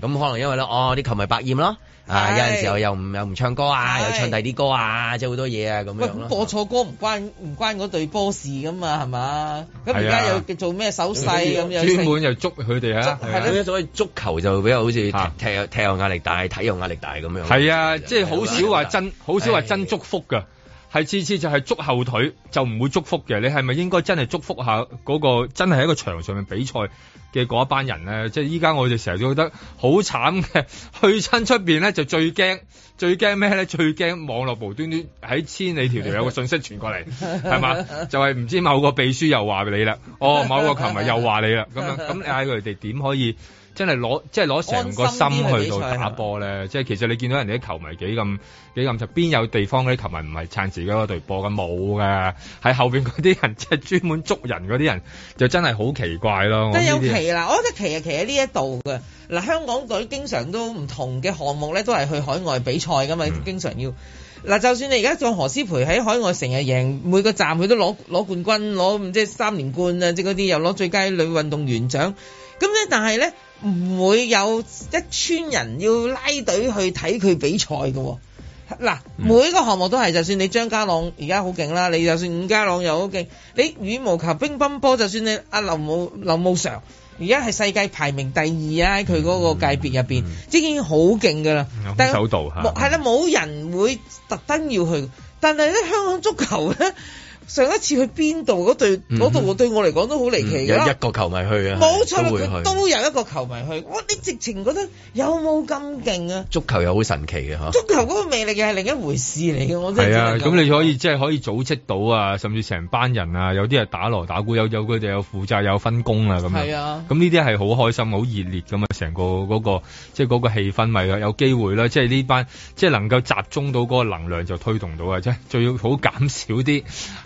Speaker 2: 係咁可能因為咧，哦啲球迷百厭咯，啊
Speaker 4: 係
Speaker 2: 有陣時候又唔又唔唱歌啊，
Speaker 4: 係
Speaker 2: 又唱第啲歌啊，即係好多嘢啊咁
Speaker 4: 喂，
Speaker 2: 樣
Speaker 4: 咁
Speaker 2: 咯。
Speaker 4: 播錯歌唔關唔關嗰隊波事噶嘛，係嘛？咁而
Speaker 2: 係
Speaker 4: 家
Speaker 2: 啊
Speaker 4: 又做咩手勢咁樣成？
Speaker 6: 專門就捉佢哋啊！係啊
Speaker 2: 係咯，所以足球就比較好似踢踢踢有壓力大，體有壓力大咁樣。
Speaker 6: 係啊，即係好少話
Speaker 2: 係啊
Speaker 6: 真，好少話真祝福㗎。係次次就係捉後腿，就唔會祝福嘅。你係咪應該真係祝福下嗰、個真係喺個場上面比賽嘅嗰一班人咧？即係依家我就成日都覺得好慘嘅， 去親出邊咧就最驚，最驚咩咧？最驚網絡無端端喺千里 迢迢有個信息傳過嚟，係嘛？就係、唔知某個秘書又話你啦，哦，某個球迷又話你啦，咁樣咁你嗌佢哋點可以真係攞即係攞成個心去到打波咧，即係其實你見到人哋啲球迷幾咁幾咁，就邊有地方嗰啲球迷唔係撐自己嗰隊波嘅冇嘅，喺後邊嗰啲人即 係專門捉人嗰啲人，就真係好奇怪咯。我
Speaker 4: 但有
Speaker 6: 呢啲
Speaker 4: 奇啦，我覺得奇係奇喺呢一度嘅。嗱，香港隊經常都唔同嘅項目咧，都係去海外比賽噶嘛，
Speaker 6: 嗯
Speaker 4: 經常要。嗱，就算你而家做何詩培喺海外成日贏，每個站佢都攞
Speaker 6: 嗯
Speaker 4: 攞冠軍，攞唔知三連冠啊，即係嗰啲又攞最佳女運動員獎。咁咧，但係咧唔會有一村人要拉隊去睇佢比賽嘅喎。嗱，
Speaker 6: 嗯
Speaker 4: 每個項目都係，就算你張家朗而家好勁啦，你就算伍家朗又好勁，你羽毛球、乒乓波，就算你阿劉武劉慕常，而家係世界排名第二啊，喺佢嗰個界別入邊，即係已經好勁噶啦
Speaker 6: 嗯有。
Speaker 4: 但
Speaker 6: 手道嚇
Speaker 4: 冇係啦，冇人會特登要去，但係咧香港足球咧，上一次去邊度嗰隊
Speaker 2: 嗯
Speaker 4: 嗰度對我嚟講都好離
Speaker 2: 有
Speaker 4: 奇
Speaker 6: 嗯
Speaker 4: 㗎
Speaker 2: 一個球迷去啊，
Speaker 4: 冇錯啦，
Speaker 2: 都會
Speaker 4: 佢
Speaker 2: 去。
Speaker 4: 都有一個球迷去，哇！你直情覺得有冇咁勁啊？
Speaker 2: 足球又好神奇嘅嚇。
Speaker 4: 足球嗰個魅力又係另一回事嚟嘅，我真係
Speaker 6: 啊係啊，
Speaker 4: 只能夠
Speaker 6: 咁你可以即係可以組織到啊，甚至成班人啊，有啲係打鑼打鼓，有有佢哋有負責有分工啊咁樣。
Speaker 4: 係啊
Speaker 6: 咁呢啲係好開心、好熱烈咁啊，成個嗰、個即係嗰個氣氛咪有機會啦，即係呢班即係能夠集中到嗰個能量就推動到啊，即係最好減少啲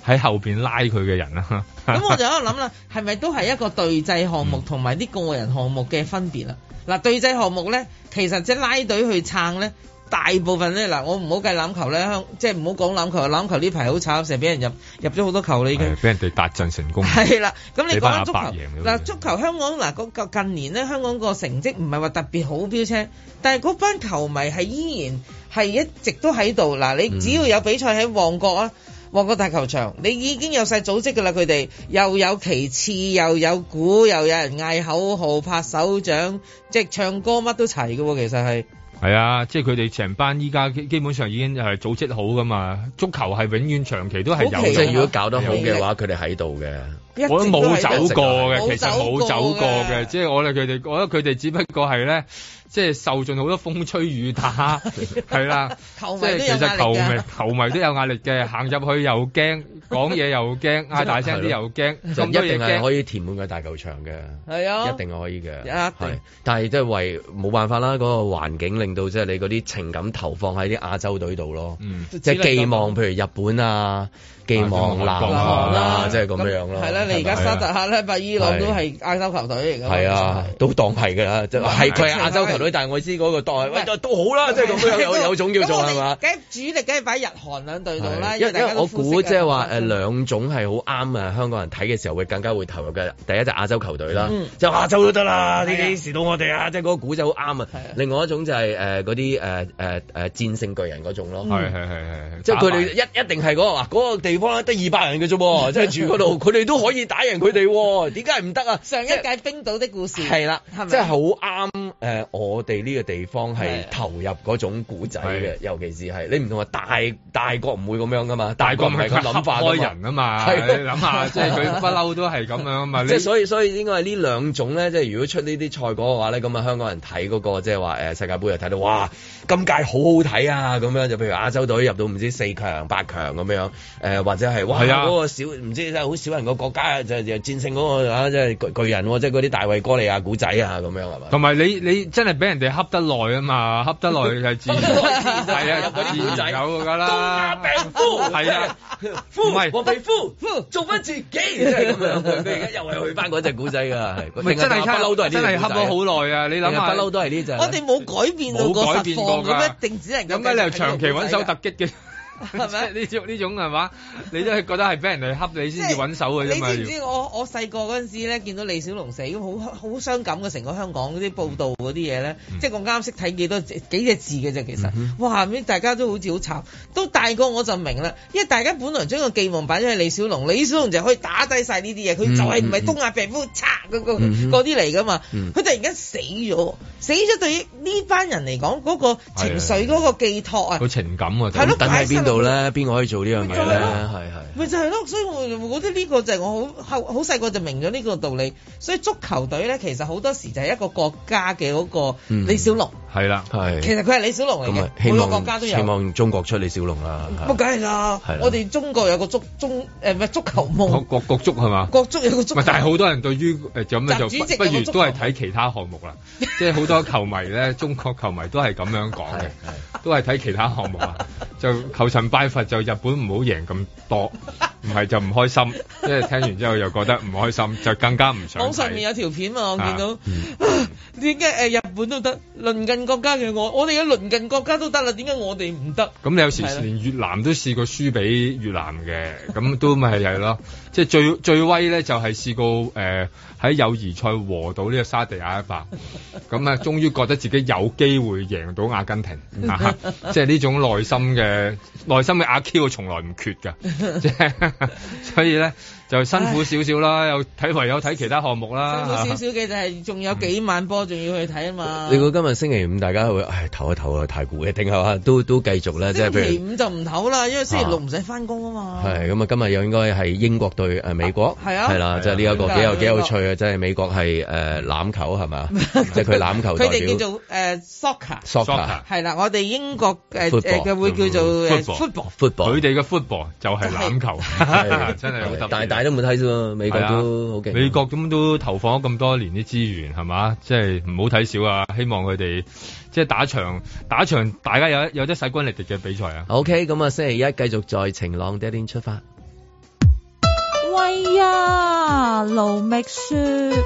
Speaker 6: 喺後邊拉佢嘅人啊啦。
Speaker 4: 咁我就喺度諗啦，係咪都係一個對制項目同埋啲個人項目嘅分別啦？嗱，對制項目咧，其實即係拉隊去撐咧，大部分咧嗱，我唔好計欖球咧，香即係唔好講欖球，欖球呢排好慘，成日俾人入入咗好多球啦已 經。
Speaker 6: 係俾人哋達陣成功。
Speaker 4: 係啦，咁你
Speaker 6: 俾
Speaker 4: 講
Speaker 6: 班
Speaker 4: 緊
Speaker 6: 阿
Speaker 4: 足
Speaker 6: 伯贏
Speaker 4: 球
Speaker 6: 咗
Speaker 4: 嗱，足球香港嗱，嗰個近年咧，香港個成績唔係話特別好標青，但係嗰班球迷係依然係一直都喺度嗱。你
Speaker 12: 嗯
Speaker 4: 只要有比賽喺旺角啊，旺角大球場，你已經有晒組織㗎啦。佢哋又有旗幟，又有鼓，又有人嗌口號、拍手掌，即係唱歌乜都齊㗎喎。其實係
Speaker 6: 係啊，即係佢哋成班依家基基本上已經係組織好噶嘛，足球係永遠長期都係有
Speaker 4: 好
Speaker 6: 嘅。
Speaker 4: 奇啊即係如果
Speaker 2: 搞得
Speaker 6: 有
Speaker 2: 好嘅話，佢哋喺度嘅。
Speaker 4: 一直
Speaker 6: 我都
Speaker 4: 都
Speaker 6: 冇
Speaker 4: 喺
Speaker 6: 走
Speaker 4: 度
Speaker 6: 過嘅，其實
Speaker 4: 冇
Speaker 6: 冇
Speaker 4: 走
Speaker 6: 走
Speaker 4: 過
Speaker 6: 過嘅，即係我哋佢哋，我覺得佢哋只不過係咧，即係受盡好多風吹雨 打，係啦，
Speaker 4: 球迷
Speaker 6: 即係
Speaker 4: 都
Speaker 6: 其
Speaker 4: 有壓
Speaker 6: 實
Speaker 4: 力
Speaker 6: 球迷
Speaker 4: 㗎
Speaker 6: 球迷都有壓力嘅，行入去又驚，講嘢又 驚，嗌大聲啲又驚，
Speaker 2: 就
Speaker 6: 咁
Speaker 2: 一
Speaker 6: 多
Speaker 2: 定
Speaker 6: 嘢
Speaker 2: 係
Speaker 6: 驚
Speaker 2: 可。以填滿個大球場嘅，
Speaker 4: 係啊
Speaker 2: 一定係可以嘅，
Speaker 4: 一定
Speaker 2: 係。但係即係為冇辦法啦，嗰、個環境令到即係你嗰啲情感投放喺啲亞洲隊度咯，
Speaker 6: 嗯
Speaker 4: 嗯
Speaker 2: 即係寄望譬如日本嗯啊，寄望南韓啊，即係咁樣咯。
Speaker 4: 係啦，你而家
Speaker 2: 係咪啊
Speaker 4: 沙特阿拉伯、伊朗都係亞洲球隊嚟㗎嘛。
Speaker 2: 係啊，都當係㗎啦，即係係佢係亞洲球隊，但係我知嗰個當係喂都好啦，即係咁樣有有種叫做係嘛？
Speaker 4: 梗係主力梗係擺日韓兩隊度啦，
Speaker 2: 係因
Speaker 4: 為
Speaker 2: 為
Speaker 4: 大
Speaker 2: 因
Speaker 4: 家
Speaker 2: 為
Speaker 4: 都
Speaker 2: 我
Speaker 4: 膚色
Speaker 2: 估
Speaker 4: 嘅
Speaker 2: 即係話誒兩種係好啱啊！香港人睇嘅時候會更加會投入嘅。第一就亞洲球隊啦
Speaker 4: 嗯，
Speaker 2: 就亞洲都得啦，
Speaker 4: 係
Speaker 2: 你
Speaker 4: 啊
Speaker 2: 幾時到
Speaker 6: 哎
Speaker 2: 我哋啊？即係嗰個估就好啱啊！另外一種就係誒嗰啲誒誒誒戰勝巨人嗰種咯，
Speaker 6: 嗯係係係係，
Speaker 2: 即係佢
Speaker 6: 打
Speaker 2: 哋
Speaker 6: 敗
Speaker 2: 一一定係嗰個嗱嗰個地方咧得二百人嘅啫喎，即係住嗰度，佢哋都可以打贏佢哋喎，點解唔得啊？
Speaker 4: 上一屆冰島的故事
Speaker 2: 係啦，
Speaker 4: 係咪
Speaker 2: 即係好啱誒，我哋呢個地方係投入嗰種古仔嘅，尤其是係你唔同話大大國唔會咁樣噶嘛，大國唔係咁諗
Speaker 6: 大
Speaker 2: 法㗎
Speaker 6: 國唔係咁合開人啊嘛
Speaker 2: 係
Speaker 6: 你諗下即係佢不嬲都係咁樣啊嘛你
Speaker 2: 即係所以所以應該係呢兩種咧，即係如果出呢啲賽果嘅話咧，咁啊香港人睇嗰個即係話誒世界盃就睇到哇，今屆好好睇啊咁樣，就譬如亞洲隊入到唔知四強、八強咁樣，誒或者係哇
Speaker 6: 係啊
Speaker 2: 嗰個少唔知真係好少人個國家就就戰勝嗰個啊，即係巨巨人喎，即係嗰啲大衛哥利亞古仔啊咁樣係嘛？
Speaker 6: 同埋你你真係俾人哋恰得耐啊嘛，恰得耐係自然，係啊，自然有㗎啦，係啊，唔係
Speaker 2: 我皮膚做翻自己，即係咁 樣。佢而家又係去翻嗰隻古仔㗎，係
Speaker 6: 唔係真係
Speaker 2: 定
Speaker 6: 恰
Speaker 2: 不嬲都係呢隻
Speaker 6: 真係恰咗好耐啊！你諗
Speaker 2: 定係
Speaker 6: 下，
Speaker 2: 不嬲都係呢隻。
Speaker 4: 我哋冇改變到個
Speaker 6: 冇改
Speaker 4: 實
Speaker 6: 變
Speaker 4: 況，
Speaker 6: 過
Speaker 4: 咁
Speaker 6: 㗎
Speaker 4: 一定只能夠
Speaker 6: 有咩理由長期揾手突
Speaker 4: 特
Speaker 6: 擊嘅？ 係咪呢種呢種係嘛？你都係覺得係俾人哋恰你先至揾手嘅
Speaker 4: 你
Speaker 6: 啫嘛？
Speaker 4: 知唔知我我細個嗰陣時咧，見到李小龍死咁好好傷感嘅，成個香港嗰啲報道嗰啲嘢咧，
Speaker 6: 嗯
Speaker 4: 即係我啱識睇幾多字幾隻字嘅啫，其實，哇！咁大家都好似好慘，都大個我就明啦，因為大家本來將個寄望擺咗喺李小龍，李小龍就可以打低晒呢啲嘢，
Speaker 6: 嗯
Speaker 4: 佢就係唔係東亞病夫，嚓嗰個
Speaker 12: 嗯哼
Speaker 4: 嗰啲嚟噶嘛，
Speaker 12: 嗯
Speaker 4: 佢突然間死咗，死咗對於呢班人嚟講，嗰個情緒嗰個寄託啊，
Speaker 6: 個情感啊，
Speaker 4: 係咯
Speaker 2: 等喺邊度咧？邊個可以做呢樣嘢
Speaker 4: 咪就係
Speaker 2: 咧？
Speaker 4: 咯
Speaker 2: 係係。
Speaker 4: 咪就係咯，所以我我覺得呢個就係我好後好細個就明咗呢個道理，所以足球隊咧其實好多時就係一個國家嘅嗰個
Speaker 2: 嗯
Speaker 4: 李小龍，
Speaker 6: 係啦，
Speaker 2: 係。
Speaker 4: 其實佢係李小龍嚟
Speaker 2: 咁啊
Speaker 4: 嘅，，
Speaker 2: 希
Speaker 4: 每個國
Speaker 2: 望
Speaker 4: 家都
Speaker 2: 希
Speaker 4: 有。
Speaker 2: 望中國出李小龍啦。係
Speaker 4: 乜梗係啦
Speaker 2: 係啦，
Speaker 4: 我哋中國有個足中誒唔係足球夢，
Speaker 6: 國國足係嘛？
Speaker 4: 國足有個足
Speaker 6: 唔
Speaker 4: 球
Speaker 6: 係，但係好多人對於誒咁咧就
Speaker 4: 習主席
Speaker 6: 不不
Speaker 4: 有個
Speaker 6: 如
Speaker 4: 足
Speaker 6: 都係睇其他項 目啦，即係好多球迷咧，中國球迷都係咁樣講嘅，都係睇其他項目啊，就求神拜佛就日本唔好贏咁多，唔係就唔開 心，即係聽完之後又覺得唔開心，就更加唔想
Speaker 4: 網上
Speaker 6: 睇
Speaker 4: 面。有條片啊，我見到
Speaker 6: 啊
Speaker 2: 嗯
Speaker 4: 啊 點解誒日本都得，鄰近國家嘅我，我哋嘅鄰近國家都得啦，點解我哋唔得？
Speaker 6: 咁你有時
Speaker 4: 係啦
Speaker 6: 連越南都試過輸俾越南嘅， 咁都咪係咯。即係最最威咧，就係試過呃誒喺、友誼賽和到呢個沙地阿拉 伯，咁啊，終於覺得自己有機會贏到阿 根廷，啊、即係呢種內心嘅內心嘅阿 Q 從來唔缺 㗎，即係 所以咧就辛苦少少 啦，又睇唯有睇其他項目
Speaker 4: 辛
Speaker 6: 啦。
Speaker 2: 啊
Speaker 4: 苦少少嘅就係仲有幾晚波仲要去睇啊嘛。
Speaker 2: 你估今日星期五大家會唉唞一唞啊，太攰一定係嘛？都都繼續啊咧，即係
Speaker 4: 星期
Speaker 2: 譬
Speaker 4: 五就唔唞啦，因為星期六唔使翻工啊嘛
Speaker 2: 如。係咁啊，今日又應該係英國對誒美國，
Speaker 4: 係啊
Speaker 2: 係啦，即係呢一個
Speaker 4: 係啊
Speaker 2: 幾有幾
Speaker 4: 美國
Speaker 2: 有趣啊！即係美國係誒欖球係 嘛，即係佢欖球代
Speaker 4: 佢哋
Speaker 2: 表
Speaker 4: 叫做誒 soccer，
Speaker 2: soccer
Speaker 4: 係啦，我哋英國誒誒
Speaker 2: Football 嗯
Speaker 4: 嘅會叫做誒 football，
Speaker 2: football，
Speaker 6: 佢哋嘅 football 就係欖球， 真係好特別。
Speaker 2: 但係大家都冇睇啫喎，美國
Speaker 6: 係啊
Speaker 2: 都好勁。
Speaker 6: 美國咁都投放咗咁多年啲資源係嘛，即係唔好睇少啊！希望佢哋即係打場打場，大家有有啲勢均力敵嘅比賽啊！
Speaker 2: OK，咁啊，星期一繼續在晴朗的一天出發。
Speaker 14: 喂呀，盧覓雪。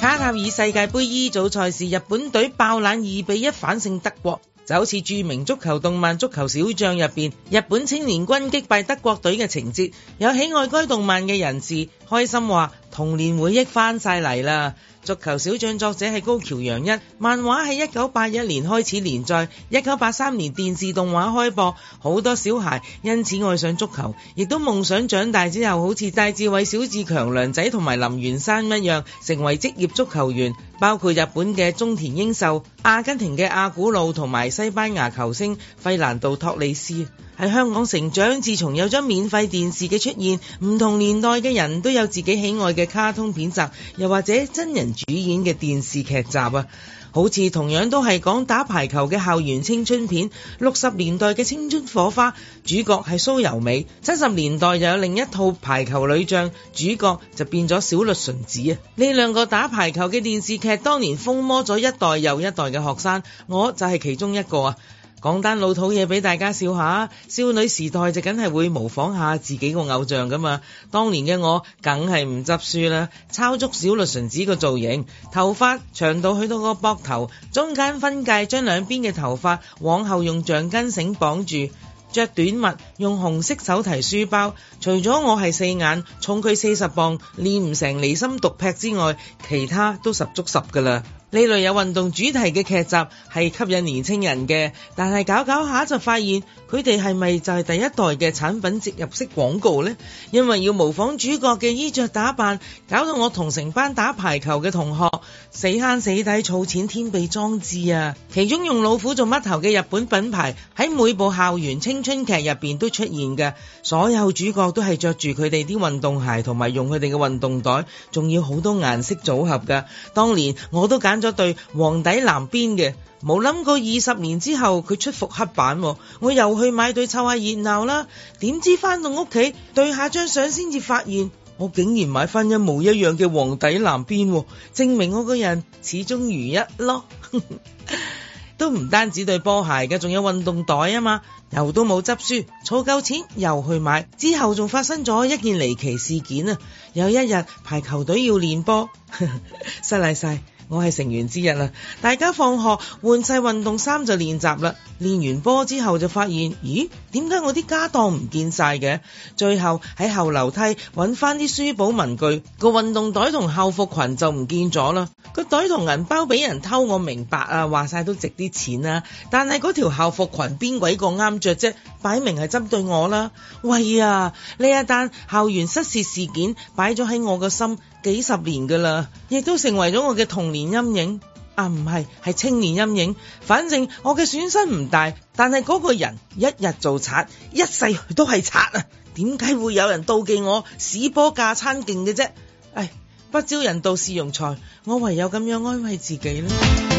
Speaker 4: 卡塔爾世界盃 E 組賽事，日本隊爆冷二比一反勝德國，就好似著名足球動漫《足球小將》入邊，日本青年軍擊敗德國隊嘅情節。有喜愛該動漫嘅人士開心話：童年回憶翻晒嚟啦！《足球小將》作者係高橋陽一，漫畫喺一九八一年開始連載，一九八三年電視動畫開播，好多小孩因此愛上足球，亦都夢想長大之後好似戴志偉、小志強、梁仔同埋林源山一樣，成為職業足球員，包括日本嘅中田英壽、阿根廷嘅阿古路同埋西班牙球星費蘭道托利斯。喺香港成長，自從有咗免費電視嘅出現，唔同年代嘅人都有自己喜愛嘅卡通片集，又或者真人主演嘅電視劇集啊。好似同樣都係講打排球嘅校園青春片，六十年代嘅青春火花，主角係蘇柔美；七十年代又有另一套排球女將，主角就變咗小律純子啊！呢兩個打排球嘅電視劇當年風魔咗一代又一代嘅學生，我就係其中一個啊！講單老土嘢俾大家笑下，少女時代就梗係會模仿下自己個偶像噶嘛。當年嘅我梗係唔執輸啦，抄足小律純子個造型，頭髮長到去到個膊頭，中間分界將兩邊嘅頭髮往後用橡筋繩綁住。着短襪，用紅色手提書包。除咗我係四眼，重佢四十磅，練唔成離心獨劈之外，其他都十足十㗎啦。呢類有運動主題嘅劇集係吸引年青人嘅，但係搞搞下就發現佢哋係咪就係第一代嘅產品植入式廣告呢？因為要模仿主角嘅衣着打扮，搞到我同成班打排球嘅同學死慳死抵儲錢天備裝置啊！其中用老虎做嘜頭嘅日本品牌喺每部校園青春劇入邊都出現嘅，所有主角都係着住佢哋啲運動鞋同埋用佢哋嘅運動袋，仲要好多顏色組合㗎。當年我都揀咗對黃底藍邊嘅，冇諗過二十年之後佢出復刻版喎，我又去買對湊下熱鬧啦。點知返到屋企對下張相先至發現，我竟然買翻一模一樣嘅黃底藍邊喎，證明我個人始終如一咯。 都唔單止對波鞋嘅，仲有運動袋啊嘛，又都冇執輸，儲夠錢又去買。之後仲發生咗一件離奇事件啊！有一日排球隊要練波， 失禮晒。我係成員之一啦，大家放學換晒運動衫就練習啦。練完波之後就發現，咦？點解我啲家當唔見晒嘅？最後喺後樓梯揾翻啲書簿文具，個運動袋同校服裙就唔見咗啦。個袋同銀包俾人偷，我明白啊，話晒都值啲錢啦。但係嗰條校服裙邊鬼個啱着啫？擺明係針對我啦。喂呀，呢一單校園失竊事件擺咗喺我個心。幾十年噶啦，亦都成為咗我嘅童年陰影。啊，唔係，係青年陰影。反正我嘅損失唔大，但係嗰個人一日做賊，一世都係賊啊！點解會有人妒忌我屎波架餐勁嘅啫？唉，不招人妒是庸才，我唯有咁樣安慰自己啦。